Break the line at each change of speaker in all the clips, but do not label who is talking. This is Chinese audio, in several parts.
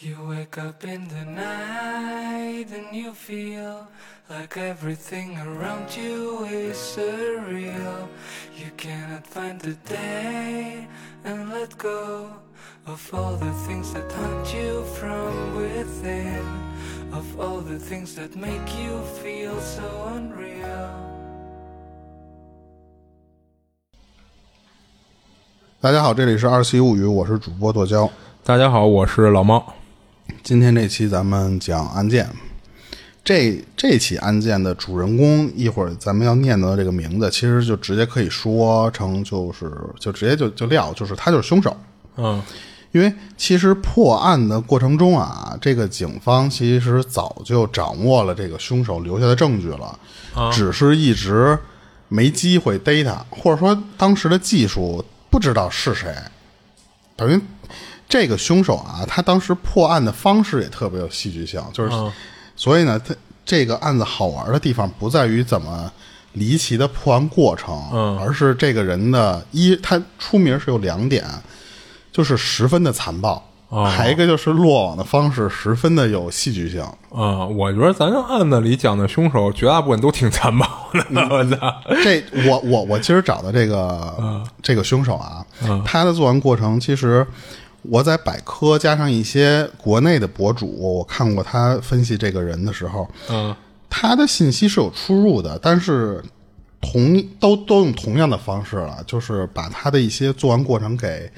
You wake up in the night and you feel like everything around you is surreal. You cannot find the day and let go of all the things that haunt you from within, of all the things that make you feel so unreal.
大家好，这里是二七物语，我是主播剁椒。
大家好，我是老猫。
今天这期咱们讲案件，这这起案件的主人公，一会儿咱们要念叨的这个名字，其实就直接可以说成就是就直接就就撂，就是他就是凶手。
嗯
因为其实破案的过程中啊，这个警方其实早就掌握了这个凶手留下的证据了，只是一直没机会逮他，或者说当时的技术不知道是谁。等于这个凶手啊，他当时破案的方式也特别有戏剧性，就是、
嗯
所以呢，他这个案子好玩的地方不在于怎么离奇的破案过程，
嗯
而是这个人的一他出名是有两点，就是十分的残暴，
哦
还有一个就是落网的方式十分的有戏剧性。
啊、我觉得咱案子里讲的凶手绝大部分都挺残暴的， 我操！
这我我我今儿找的这个、这个凶手啊，他的作案过程其实我在百科加上一些国内的博主，我看过他分析这个人的时候，
嗯
他的信息是有出入的，但是同都都用同样的方式了，就是把他的一些作案过程给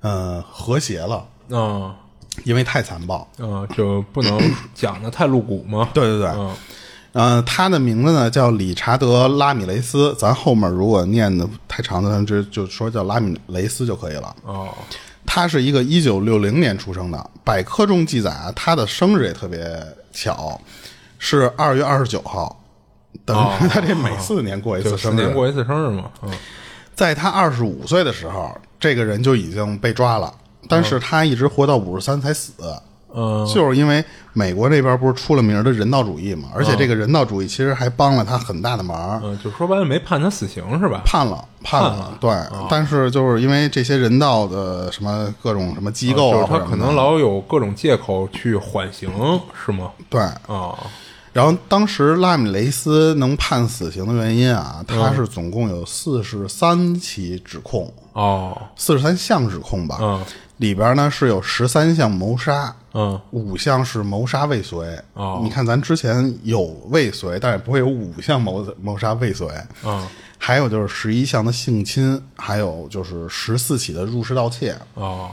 呃和谐了，
嗯
因为太残暴。
嗯，就不能讲的太露骨嘛。
对对对，
嗯
呃，他的名字呢叫理查德·拉米雷斯，咱后面如果念的太长的，咱就就说叫拉米雷斯就可以了。
哦
他是一个一九六零年出生的，百科中记载啊，他的生日也特别巧，是二月二十九号，等于他这每四年过一
就
次
哦十
生日，
年过一次生日嘛。嗯
在他二十五岁的时候，这个人就已经被抓了，但是他一直活到五十三才死，
嗯
就是因为美国那边不是出了名的人道主义嘛，而且这个人道主义其实还帮了他很大的忙，
嗯，就说白了没判他死刑是吧？
判了判了，对，
嗯
但是就是因为这些人道的什么各种什么机构
哦就
啊
是
或者什么的，
他可能老有各种借口去缓刑，是吗？
对，
啊、
然后当时拉米雷斯能判死刑的原因啊，
嗯
他是总共有四十三起指控，
哦，
四十三项指控吧，
嗯
里边呢是有十三项谋杀，
嗯
五项是谋杀未遂。
哦
你看咱之前有未遂，但也不会有五项谋谋杀未遂。
嗯
还有就是十一项的性侵，还有就是十四起的入室盗窃。
哦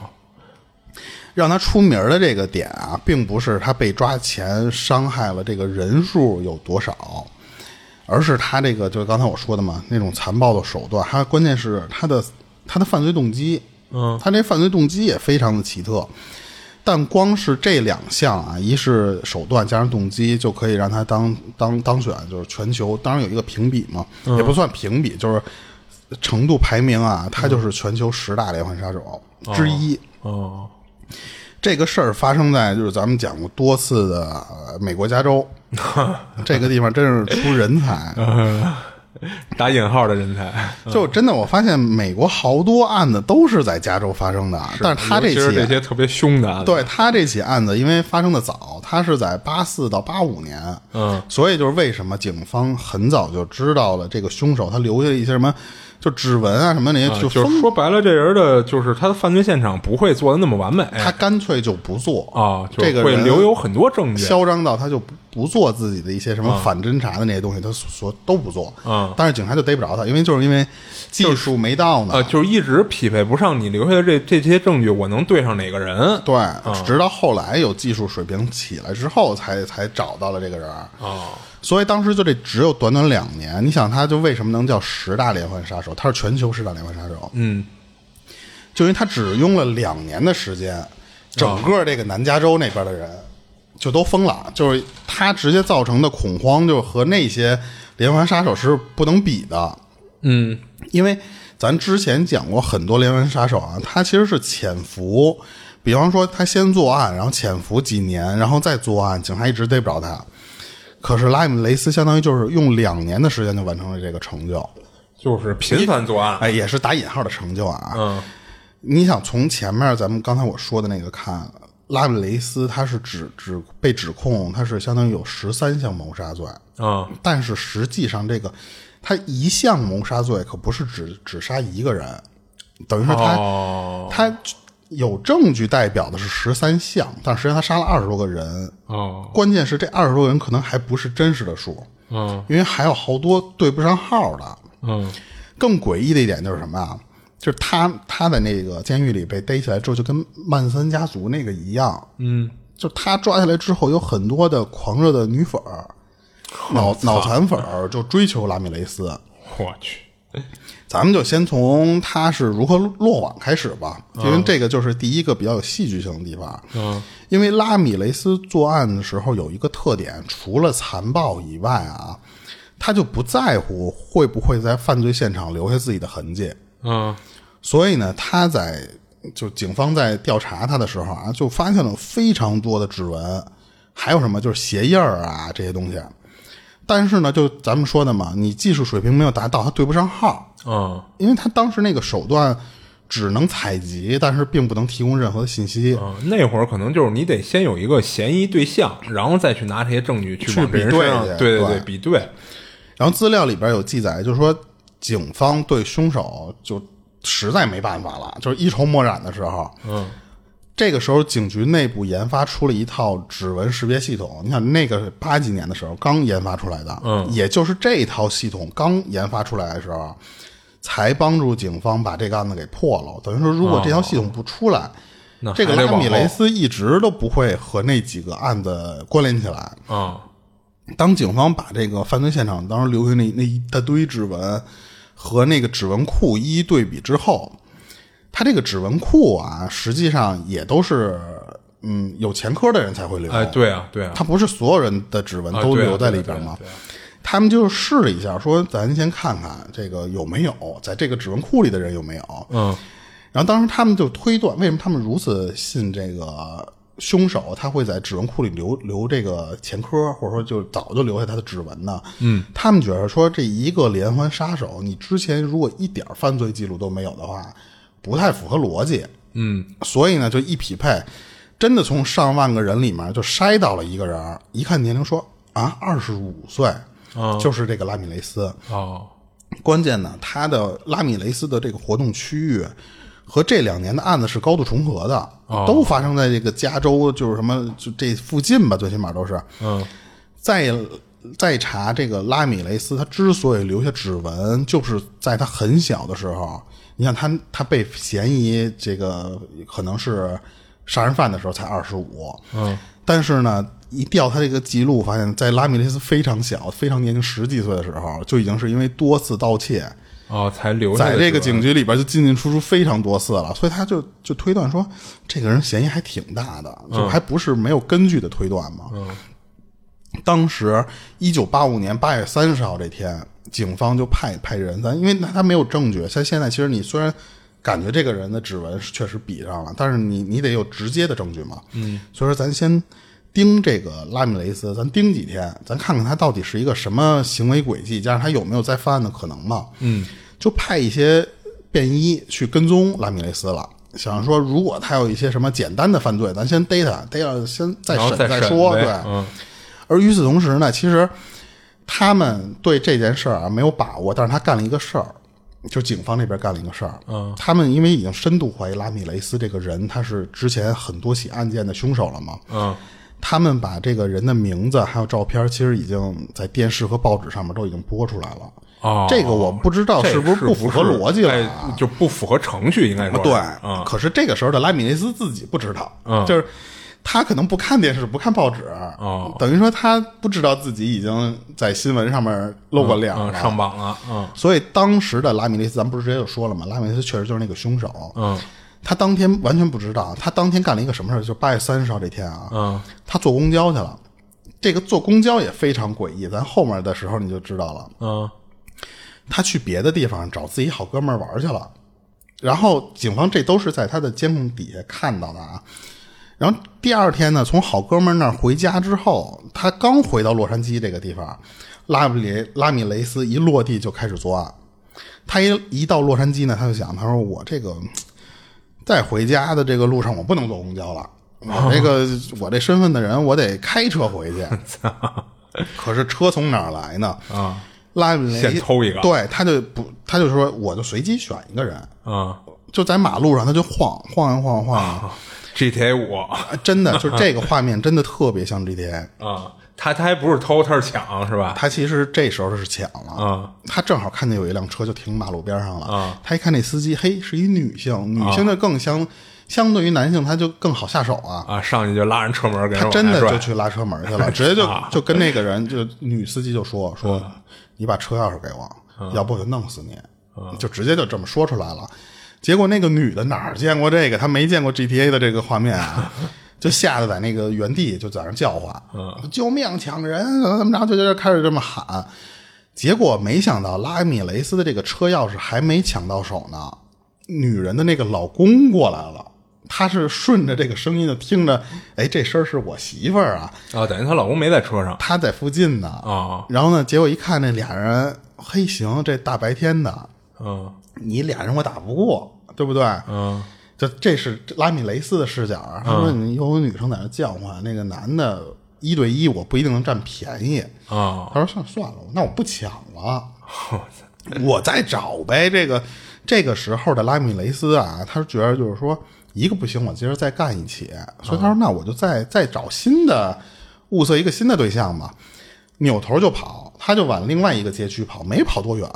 让他出名的这个点啊，并不是他被抓前伤害了这个人数有多少，而是他这个就是刚才我说的嘛，那种残暴的手段，还有关键是他的他的犯罪动机，
嗯，
他这犯罪动机也非常的奇特。但光是这两项啊，一是手段加上动机，就可以让他当当当选，就是全球当然有一个评比嘛，也不算评比，就是程度排名啊，他就是全球十大连环杀手之一。
哦
这个事儿发生在就是咱们讲过多次的呃美国加 州，这个地方真是出人才。
嗯啊打引号的人才。
就真的我发现美国好多案子都是在加州发生的，但是他这
尤其是
起
这些特别凶的案子，
对他这起案子，因为发生的早，他是在八四到八五年，
嗯，
所以就是为什么警方很早就知道了这个凶手，他留下了一些什么就指纹啊什么那些，
啊
就
就是
封
说白了，这人的就是他的犯罪现场不会做的那么完美
他干脆就不做
哎啊，就
这个
会
人
留有很多证据。
嚣张到他就不不做自己的一些什么反侦查的那些东西，他所都不做。
嗯
但是警察就逮不着他，因为就是因为技术没到呢。
呃，就是一直匹配不上你留下的这这些证据，我能对上哪个人？
对，直到后来有技术水平起来之后才，才找到了这个人。
哦，
所以当时就这只有短短两年，你想他就为什么能叫十大连环杀手？他是全球十大连环杀手，
嗯，
就因为他只用了两年的时间，整个这个南加州那边的人就都疯了，就是他直接造成的恐慌，就和那些连环杀手是不能比的。
嗯，
因为咱之前讲过很多连环杀手啊，他其实是潜伏，比方说他先作案，然后潜伏几年，然后再作案，警察一直逮不着他。可是拉米雷斯相当于就是用两年的时间就完成了这个成就，
就是频繁作案。
哎，也是打引号的成就啊。
嗯
你想从前面咱们刚才我说的那个看，拉米雷斯他是指指被指控他是相当于有十三项谋杀罪，
啊
但是实际上这个他一项谋杀罪可不是只只杀一个人，等于是他、
哦
他有证据代表的是十三项，但实际上他杀了二十多个人，
哦
关键是这二十多个人可能还不是真实的数，
嗯
因为还有好多对不上号的。
嗯
更诡异的一点就是什么啊？就是他他在那个监狱里被逮起来之后，就跟曼森家族那个一样，
嗯，
就他抓下来之后，有很多的狂热的女粉儿、脑脑残粉儿就追求拉米雷斯。
我去，
咱们就先从他是如何落网开始吧，因为这个就是第一个比较有戏剧性的地方。
嗯
因为拉米雷斯作案的时候有一个特点，除了残暴以外啊，他就不在乎会不会在犯罪现场留下自己的痕迹。
嗯
所以呢，他在就警方在调查他的时候啊，就发现了非常多的指纹，还有什么就是鞋印儿啊这些东西。但是呢，就咱们说的嘛，你技术水平没有达到，他对不上号，
嗯
因为他当时那个手段只能采集，但是并不能提供任何的信息。
嗯，那会儿可能就是你得先有一个嫌疑对象，然后再去拿这些证据去往这人身上
去比对去
对对，
对
比对，
然后资料里边有记载，就是说警方对凶手就实在没办法了，就是一筹莫展的时候，
嗯
这个时候，警局内部研发出了一套指纹识别系统。你想，那个八几年的时候刚研发出来的，
嗯
也就是这套系统刚研发出来的时候，才帮助警方把这个案子给破了。等于说，如果
哦
这套系统不出来，
那
这个
还得
拉
往
米
后
雷斯一直都不会和那几个案子关联起来。
啊
当警方把这个犯罪现场当时留下那那一大堆指纹和那个指纹库一一对比之后，他这个指纹库啊，实际上也都是嗯有前科的人才会留。
哎，对啊对啊，
他不是所有人的指纹
啊
都
对啊
留在
对
里
啊对
边
啊
吗？
对啊
他们就试了一下，说咱先看看这个有没有在这个指纹库里的人有没有。
嗯
然后当时他们就推断，为什么他们如此信这个凶手他会在指纹库里留留这个前科，或者说就早就留下他的指纹呢？嗯，他们觉得说这一个连环杀手，你之前如果一点犯罪记录都没有的话，不太符合逻辑。
嗯
所以呢，就一匹配，真的从上万个人里面就筛到了一个人儿，一看年龄说啊，二十五岁，
啊
就是这个拉米雷斯。
哦
关键呢，他的拉米雷斯的这个活动区域和这两年的案子是高度重合的，都发生在这个加州，就是什么就这附近吧，最起码都是。
嗯
再再查这个拉米雷斯，他之所以留下指纹，就是在他很小的时候，你想他他被嫌疑这个可能是杀人犯的时候才二十五，
嗯，
但是呢，一调他这个记录，发现在拉米雷斯非常小、非常年轻十几岁的时候，就已经是因为多次盗窃，
哦才留下
在
的
这个
指纹
警局里边就进进出出非常多次了，所以他就就推断说，这个人嫌疑还挺大的，
嗯
就还不是没有根据的推断嘛。当时一九八五年八月三十号这天，警方就派派人，咱因为他他没有证据，像现在其实你虽然感觉这个人的指纹是确实比上了，但是你你得有直接的证据嘛。嗯，所以说咱先。盯这个拉米雷斯，咱盯几天，咱看看他到底是一个什么行为轨迹，加上他有没有再犯案的可能嘛。嗯，就派一些便衣去跟踪拉米雷斯了，想说如果他有一些什么简单的犯罪，咱先逮他，逮了先再
然后
审
再审
说，
呗
对。
嗯
而与此同时呢，其实他们对这件事儿啊没有把握，但是他干了一个事儿，就警方那边干了一个事儿。嗯，他们因为已经深度怀疑拉米雷斯这个人，他是之前很多起案件的凶手了嘛。
嗯
他们把这个人的名字还有照片，其实已经在电视和报纸上面都已经播出来了。
哦，
这个我不知道
这
是
是
不是不符合逻辑了啊、
哎就不符合程序，应该说
对，
嗯
可是这个时候的拉米雷斯自己不知道，
嗯
就是他可能不看电视、不看报纸，
哦
等于说他不知道自己已经在新闻上面露过脸了。
嗯上榜了，嗯
所以当时的拉米雷斯，咱不是直接就说了吗？拉米雷斯确实就是那个凶手。
嗯
他当天完全不知道，他当天干了一个什么事儿？就八月三十号这天啊，
嗯
他坐公交去了。这个坐公交也非常诡异，咱后面的时候你就知道了。
嗯
他去别的地方找自己好哥们儿玩去了。然后警方这都是在他的监控底下看到的啊。然后第二天呢，从好哥们儿那儿回家之后，他刚回到洛杉矶这个地方，拉米雷拉米雷斯一落地就开始作案。他一一到洛杉嗯矶呢，他就想，他说我这个在回家的这个路上我不能坐公交了，我这 个我这身份的人，我得开车回去。可是车从哪儿来呢？
啊
拉米雷
先抽一个
对，他就不，他就说我就随机选一个人，
啊
就在马路上他就晃晃呀晃呀晃 呀，
！GTA 五
啊真的就是这个画面真的特别像 GTA。
啊，他他还不是偷，他是抢是吧？
他其实这时候是抢了，
啊
他正好看见有一辆车就停马路边上了，
啊
他一看那司机，嘿，是一女性，女性就更相、相对于男性，他就更好下手啊。
啊，上去就拉人车门，给人
他
往
真
外
的
拽啊
就去拉车门去了，直接 就就跟那个人就女司机就说说，
嗯
你把车钥匙给我，要不我就弄死你，
嗯
就直接就这么说出来了。结果那个女的哪儿见过这个？她没见过 GTA 的这个画面 啊，就吓得在那个原地就在那儿叫唤，
嗯
救命，抢人，怎么着？就在这开始这么喊。结果没想到拉米雷斯的这个车钥匙还没抢到手呢，女人的那个老公过来了。她是顺着这个声音就听着，哎，这声儿是我媳妇儿啊，
啊，等于她老公没在车上
她在附近呢。
啊，
然后呢，结果一看那俩人，嘿，行，这大白天的，
嗯
你俩人我打不过，对不对？
嗯
就这是拉米雷斯的视角啊，他说你有女生在那叫唤，那个男的一对一我不一定能占便宜。
啊，
他说算算了，那我不抢 了，我再找呗。这个这个时候的拉米雷斯啊，他觉得就是说一个不行，我接着再干一起，所以
嗯
他说那我就再再找新的物色一个新的对象吧。扭头就跑，他就往另外一个街区跑，没跑多远，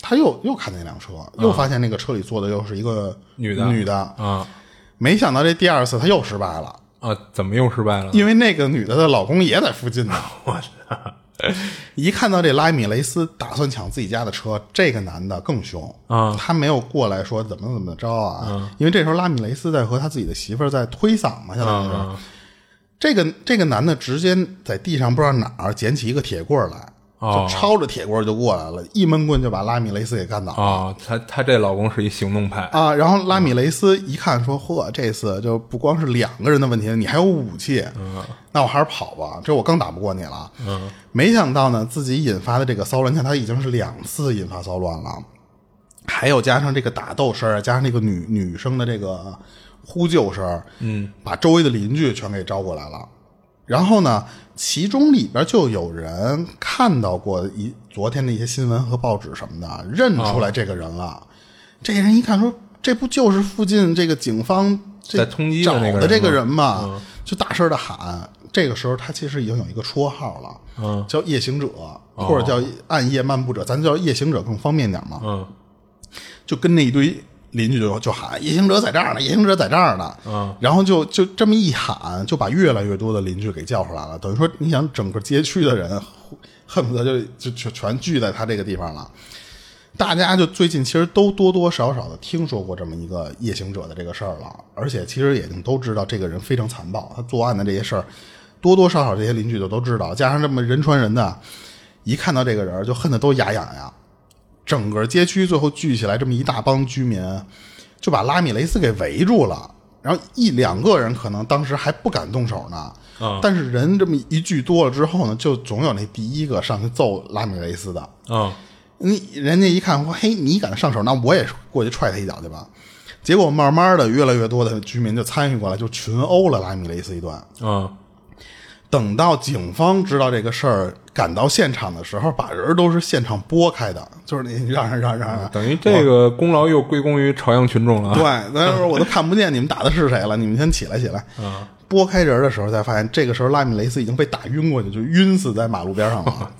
他又又看见一辆车，又发现那个车里坐的又是一个
嗯女的
女的
啊
没想到这第二次他又失败了，
啊，怎么又失败了？
因为那个女的的老公也在附近 呢。我操！一看到这拉米雷斯打算抢自己家的车，这个男的更凶
啊
他没有过来说怎么怎么着啊，因为这时候拉米雷斯在和他自己的媳妇儿在推搡嘛，相当于是。
啊
这个这个男的直接在地上不知道哪儿捡起一个铁棍儿来，
哦
就抄着铁棍儿就过来了，一闷棍就把拉米雷斯给干倒了。
啊，她她这老公是一行动派
啊，然后拉米雷斯一看说：“嚯，这次就不光是两个人的问题，你还有武器，那我还是跑吧，这我更打不过你了。”嗯，没想到呢，自己引发的这个骚乱，你看他已经是两次引发骚乱了，还有加上这个打斗声儿，加上这个女女生的这个呼救声，嗯，把周围的邻居全给招过来了。然后呢，其中里边就有人看到过一昨天的一些新闻和报纸什么的，认出来这个人了。这人一看说：“这不就是附近这个警方这
在通缉的
找
那个人
的这个
吗嗯
人吗？”就大声的喊。这个时候，他其实已经有一个绰号了，
嗯
叫夜行者，或者叫暗夜漫步者，咱叫夜行者更方便点嘛。
嗯
就跟那一堆邻居就就喊夜行者在这儿呢，夜行者在这儿呢，
嗯，
然后就就这么一喊，就把越来越多的邻居给叫出来了。等于说，你想整个街区的人恨不得就就就全聚在他这个地方了。大家就最近其实都多多少少的听说过这么一个夜行者的这个事儿了，而且其实也已经都知道这个人非常残暴，他作案的这些事儿，多多少少这些邻居就都知道，加上这么人传人的，一看到这个人儿就恨得都牙痒痒。整个街区最后聚起来这么一大帮居民，就把拉米雷斯给围住了。然后一两个人可能当时还不敢动手呢，
啊
但是人这么一聚多了之后呢，就总有那第一个上去揍拉米雷斯的。
啊
你人家一看，说嘿，你敢上手，那我也过去踹他一脚去吧。结果慢慢的，越来越多的居民就参与过来，就群殴了拉米雷斯一顿。
啊
等到警方知道这个事儿赶到现场的时候，把人都是现场拨开的，就是你让让让让让，
嗯等于这个功劳又归功于朝阳群众了
对
啊，
那时候我都看不见你们打的是谁了，你们先起来起 来。嗯，拨开人的时候才发现，这个时候拉米雷斯已经被打晕过去，就晕死在马路边 上了。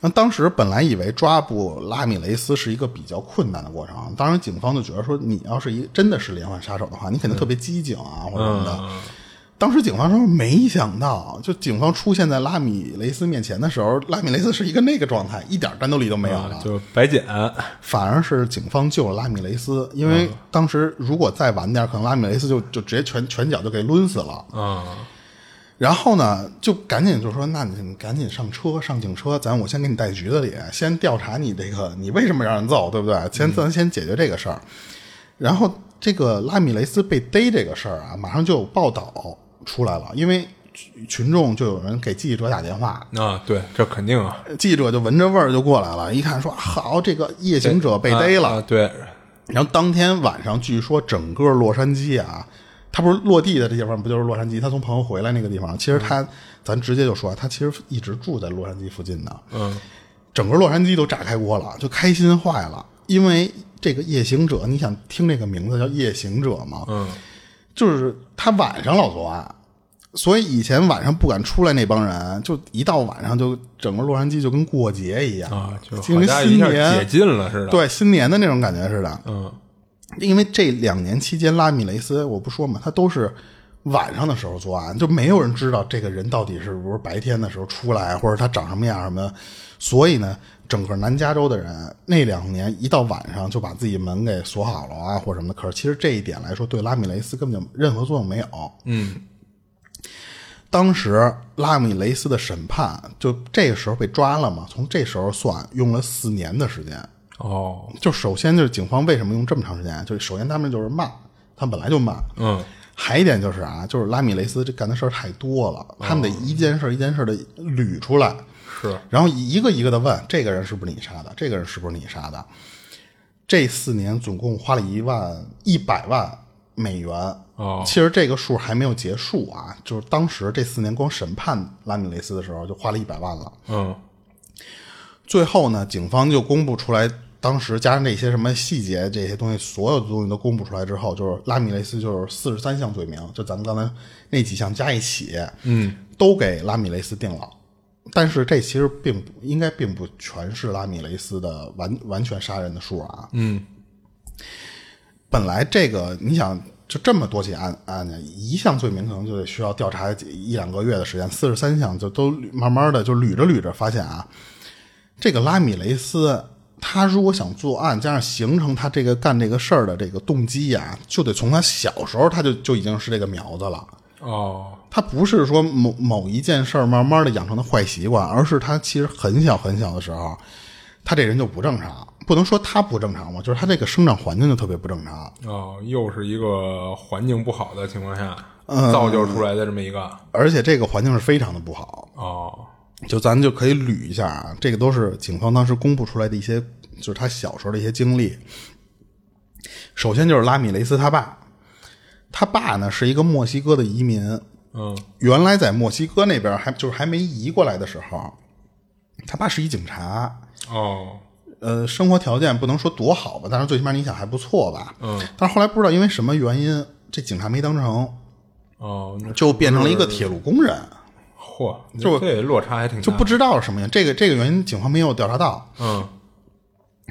那当时本来以为抓捕拉米雷斯是一个比较困难的过程，当时警方就觉得说，你要是一真的是连环杀手的话，你
嗯
肯定特别机警啊，或者什么的。当时警方说，没想到，就警方出现在拉米雷斯面前的时候，拉米雷斯是一个那个状态，一点战斗力都没有了，
啊就白捡
反而是警方救了拉米雷斯，因为当时如果再晚点，可能拉米雷斯就就直接拳拳脚就给抡死了。
啊
然后呢，就赶紧就说：“那你赶紧上车，上警车，咱我先给你带局子里，先调查你这个你为什么让人揍，对不对？先咱先解决这个事儿。然后这个拉米雷斯被逮这个事儿啊，马上就有报道出来了，因为群群众就有人给记者打电话，
啊，对，这肯定啊，
记者就闻着味儿就过来了，一看说：好，这个夜行者被逮了。
啊啊对，
然后当天晚上，据说整个洛杉矶啊，他不是落地的这地方不就是洛杉矶？他从朋友回来那个地
嗯
方，其实他、咱直接就说，他其实一直住在洛杉矶附近的。
嗯，
整个洛杉矶都炸开锅了，就开心坏了。因为这个夜行者，你想听这个名字叫夜行者吗？
嗯，
就是他晚上老作案，所以以前晚上不敢出来那帮人，就一到晚上就整个洛杉矶就跟过节一样
啊，就
就跟
好家
新
一下
年
解禁了似的。，
对新年的那种感觉似的。
嗯
因为这两年期间，拉米雷斯我不说嘛，他都是晚上的时候作案，就没有人知道这个人到底是不是白天的时候出来，或者他长什么样什么的。所以呢，整个南加州的人那两年一到晚上就把自己门给锁好了啊，或者什么的。可是其实这一点来说，对拉米雷斯根本就任何作用没有。
嗯
当时拉米雷斯的审判就这个时候被抓了嘛，从这时候算用了四年的时间。
哦
就首先就是警方为什么用这么长时间？啊就是首先他们就是慢，他们本来就慢。
嗯
还一点就是啊，就是拉米雷斯这干的事儿太多了，他们得一件事儿一件事儿的捋出来，
是
然后一个一个的问这个人是不是你杀的，这个人是不是你杀的。这四年总共花了一万一百万美元。
哦
其实这个数还没有结束啊，就是当时这四年光审判拉米雷斯的时候就花了一百万了。
嗯
最后呢，警方就公布出来，当时加上那些什么细节这些东西，所有的东西都公布出来之后，就是拉米雷斯就是四十三项罪名，就咱们刚才那几项加一起，嗯，都给拉米雷斯定了。但是这其实并不应该并不全是拉米雷斯的完完全杀人的数啊，
嗯
本来这个你想就这么多起案案件，一项罪名可能就得需要调查几一两个月的时间，四十三项就都捋慢慢的就捋着捋着发现啊，这个拉米雷斯他如果想作案，加上形成他这个干这个事儿的这个动机呀、就得从他小时候他就就已经是这个苗子了。
哦
他不是说某某一件事儿慢慢的养成的坏习惯，而是他其实很小很小的时候，他这人就不正常。不能说他不正常嘛，就是他这个生长环境就特别不正常。
哦，又是一个环境不好的情况下
嗯
造就出来的这么一个
而且这个环境是非常的不好，
哦
就咱就可以捋一下啊，这个都是警方当时公布出来的一些，就是他小时候的一些经历。首先就是拉米雷斯他爸，他爸呢是一个墨西哥的移民，
嗯
原来在墨西哥那边还就是还没移过来的时候，他爸是一警察，
哦
呃，生活条件不能说多好吧，但是最起码你想还不错吧。
嗯
但是后来不知道因为什么原因，这警察没当成，
哦，那
就变成了一个铁路工人。
嚯，
就
这落差还挺大
就不知道是什么原因，这个这个原因警方没有调查到。
嗯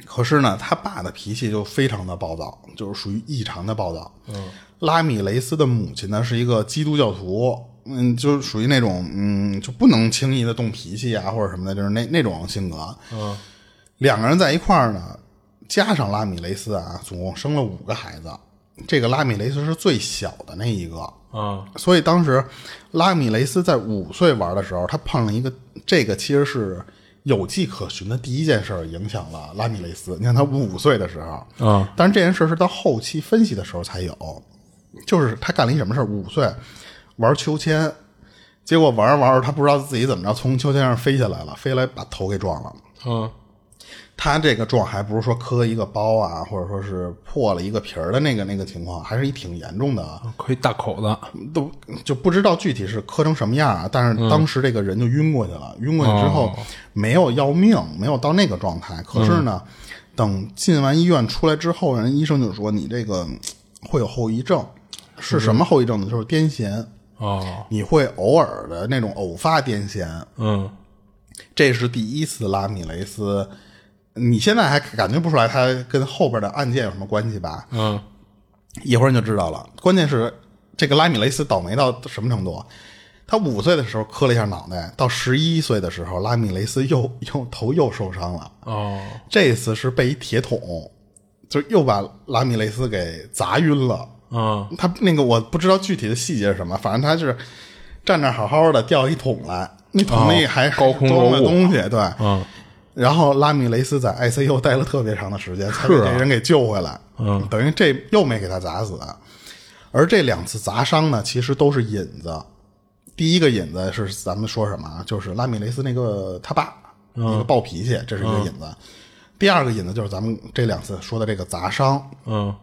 可是呢，他爸的脾气就非常的暴躁，就是属于异常的暴躁。
嗯
拉米雷斯的母亲呢是一个基督教徒，嗯，就是属于那种嗯就不能轻易的动脾气啊或者什么的，就是那那种性格。
嗯
两个人在一块儿呢，加上拉米雷斯啊，总共生了五个孩子，这个拉米雷斯是最小的那一个。
嗯
所以当时拉米雷斯在五岁玩的时候，他碰了一个，这个其实是有迹可循的第一件事儿，影响了拉米雷斯。你看他五岁的时候，
嗯
但是这件事是到后期分析的时候才有，就是他干了一什么事儿？五岁玩秋千，结果玩着玩着，他不知道自己怎么着从秋千上飞下来了，飞来把头给撞了。
嗯
他这个撞还不是说磕一个包啊，或者说是破了一个皮儿的那个那个情况，还是一挺严重的啊
可以大口子
都就不知道具体是磕成什么样啊，但是当时这个人就晕过去了，晕过去之后、没有要命，没有到那个状态。可是呢，等进完医院出来之后，人医生就说你这个嗯会有后遗症，是什么后遗症呢？就是癫痫，
哦
你会偶尔的那种偶发癫痫。
嗯
这是第一次拉米雷斯，你现在还感觉不出来他跟后边的案件有什么关系吧？
嗯
一会儿你就知道了。关键是这个拉米雷斯倒霉到什么程度啊？他五岁的时候磕了一下脑袋，到十一岁的时候，拉米雷斯又又头又受伤了。
哦
这次是被一铁桶，就又把拉米雷斯给砸晕了。
嗯
他那个我不知道具体的细节是什么，反正他就是站那儿好好的掉一桶来，那桶里
哦
还、
高空
装了
落物
东西，对，
嗯
然后拉米雷斯在 ICU 待了特别长的时间，才把
是啊
这人给救回来。
嗯，
等于这又没给他砸死。啊而这两次砸伤呢，其实都是引子。第一个引子是咱们说什么啊？就是拉米雷斯那个他爸、
嗯
那个暴脾气，这是一个引子。第二个引子就是咱们这两次说的这个砸伤，
嗯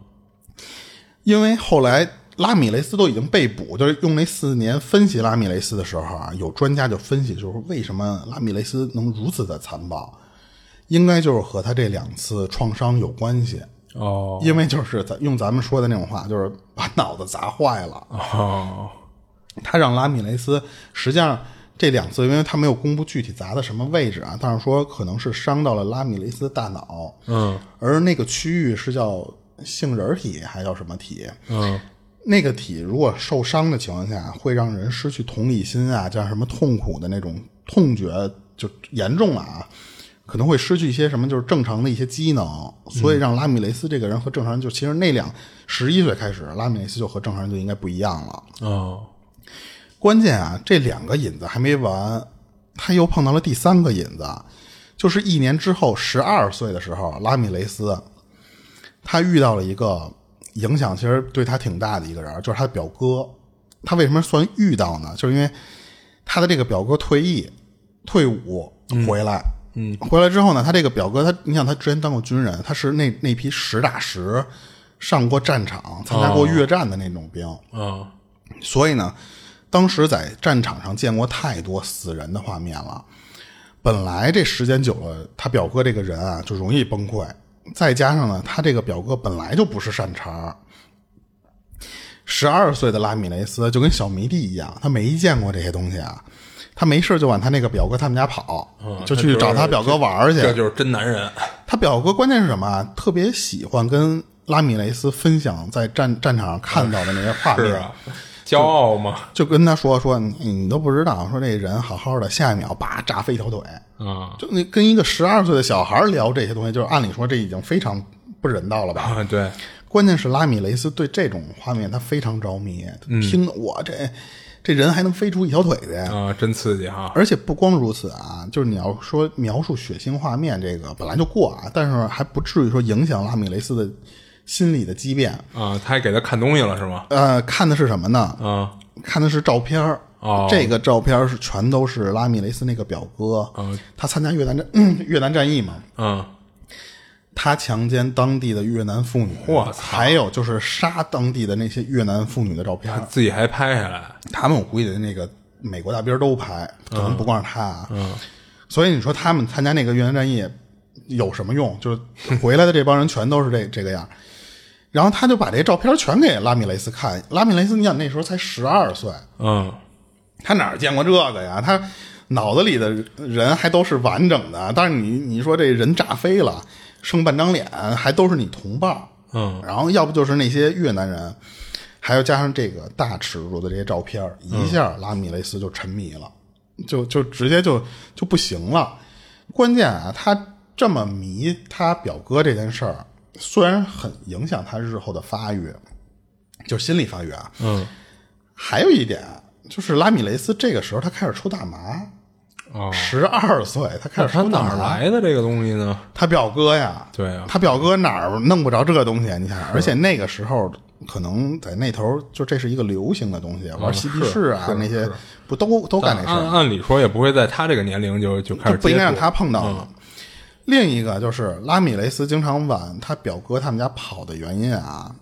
因为后来拉米雷斯都已经被捕，就是用那四年分析拉米雷斯的时候啊，有专家就分析，就是为什么拉米雷斯能如此的残暴，应该就是和他这两次创伤有关系。
哦
因为就是咱用咱们说的那种话，就是把脑子砸坏了。
哦，
他让拉米雷斯，实际上这两次，因为他没有公布具体砸的什么位置啊，但是说可能是伤到了拉米雷斯大脑，
嗯
而那个区域是叫杏仁体还叫什么体？
嗯
那个体如果受伤的情况下，会让人失去同理心啊，叫什么痛苦的那种痛觉就严重了啊，可能会失去一些什么就是正常的一些机能，所以让拉米雷斯这个人和正常人就其实那两十一岁开始，拉米雷斯就和正常人就应该不一样了。
哦
关键啊，这两个引子还没完，他又碰到了第三个引子，就是一年之后，十二岁的时候，拉米雷斯他遇到了一个影响其实对他挺大的一个人，就是他的表哥。他为什么算遇到呢？就是因为他的这个表哥退役、退伍回来，嗯，回来之后呢，他这个表哥他，你想他之前当过军人，他是那那批实打实上过战场、参加过越战的那种兵。
哦
所以呢，当时在战场上见过太多死人的画面了。本来这时间久了，他表哥这个人啊就容易崩溃，再加上呢，他这个表哥本来就不是善茬儿。十二岁的拉米雷斯就跟小迷弟一样，他没见过这些东西啊，他没事就往他那个表哥他们家跑，就
嗯他就
去
是
找他表哥玩儿去。
这就是真男人。
他表哥关键是什么啊？特别喜欢跟拉米雷斯分享在战战场上看到的那些画面。
是啊，骄傲嘛，
就跟他说说你你都不知道，说这人好好的，下一秒叭炸飞一条腿，
啊
就那跟一个十二岁的小孩聊这些东西，就是按理说这已经非常不人道了吧？
啊，对，
关键是拉米雷斯对这种画面他非常着迷，听得我这这人还能飞出一条腿去，
啊，真刺激哈，
而且不光如此啊，就是你要说描述血腥画面这个本来就过啊，但是还不至于说影响拉米雷斯的心理的畸变。
啊，他还给他看东西了是吗？
呃，看的是什么呢？
啊
看的是照片儿
哦
这个照片儿是全都是拉米雷斯那个表哥，
哦
他参加越南战、 越南战役嘛，
啊
他强奸当地的越南妇女，
我操
还有就是杀当地的那些越南妇女的照片儿，
自己还拍下来，
他们我估计那个美国大兵都拍，可
嗯
能不光是他啊，所以你说他们参加那个越南战役有什么用？就是回来的这帮人全都是这这个样儿。然后他就把这照片全给拉米雷斯看，拉米雷斯，你想那时候才十二岁，
嗯
他哪儿见过这个呀？他脑子里的人还都是完整的，但是你你说这人炸飞了，剩半张脸，还都是你同伴儿，
嗯
然后要不就是那些越南人，还要加上这个大尺度的这些照片儿，一下拉米雷斯就沉迷了，就就直接就就不行了。关键啊，他这么迷他表哥这件事儿，虽然很影响他日后的发育，就心理发育啊，
嗯，
还有一点就是拉米雷斯这个时候他开始抽大麻，
哦，
十二岁他开
那
始
他
抽大麻
哪儿。来的这个东西呢？
他表哥呀，
对啊
他表哥哪儿弄不着这个东西啊？你看，而且那个时候可能在那头就这是一个流行的东西，玩嬉皮士啊
是啊
那些不都都干
按
那事儿吗？
按理说也不会在他这个年龄就就啊开始
就不应该
接
让
触
他碰到了。另一个就是拉米雷斯经常往他表哥他们家跑的原因啊，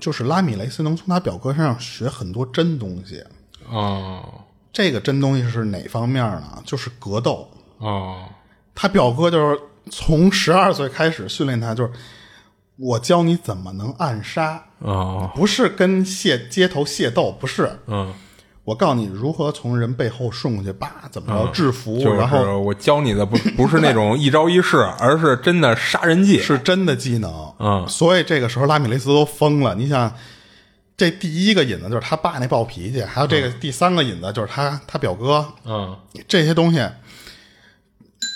就是拉米雷斯能从他表哥身上学很多真东西。
哦
这个真东西是哪方面呢？就是格斗。
哦
他表哥就是从十二岁开始训练他，就是我教你怎么能暗杀，
哦，
不是跟械街头械斗，不是。
嗯，
我告诉你如何从人背后顺过去，叭，怎么着制服，
嗯就是
然后
我教你的不不是那种一招一式，而是真的杀人技，
是真的技能。
嗯
所以这个时候拉米雷斯都疯了。你想，这第一个引子就是他爸那暴脾气，还有这个第三个引子就是他他表哥
嗯
这些东西，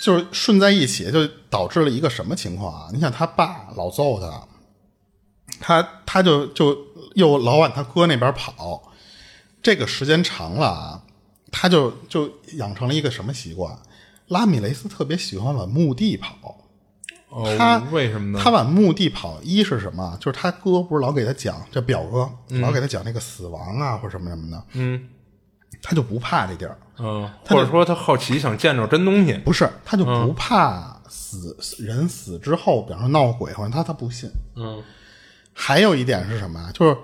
就是顺在一起，就导致了一个什么情况啊？你想他爸老揍他，他他就就又老往他哥那边跑，这个时间长了啊，他就就养成了一个什么习惯？拉米雷斯特别喜欢往墓地跑。
哦
他
为什么呢？
他往墓地跑，一是什么啊？就是他哥不是老给他讲，这表哥、老给他讲那个死亡啊，或者什么什么的，
嗯
他就不怕这地儿，
嗯，或者说他好奇想见着真东西，
不是，他就不怕死、人死之后，比方说闹鬼或者他他不信。
嗯
还有一点是什么啊？就是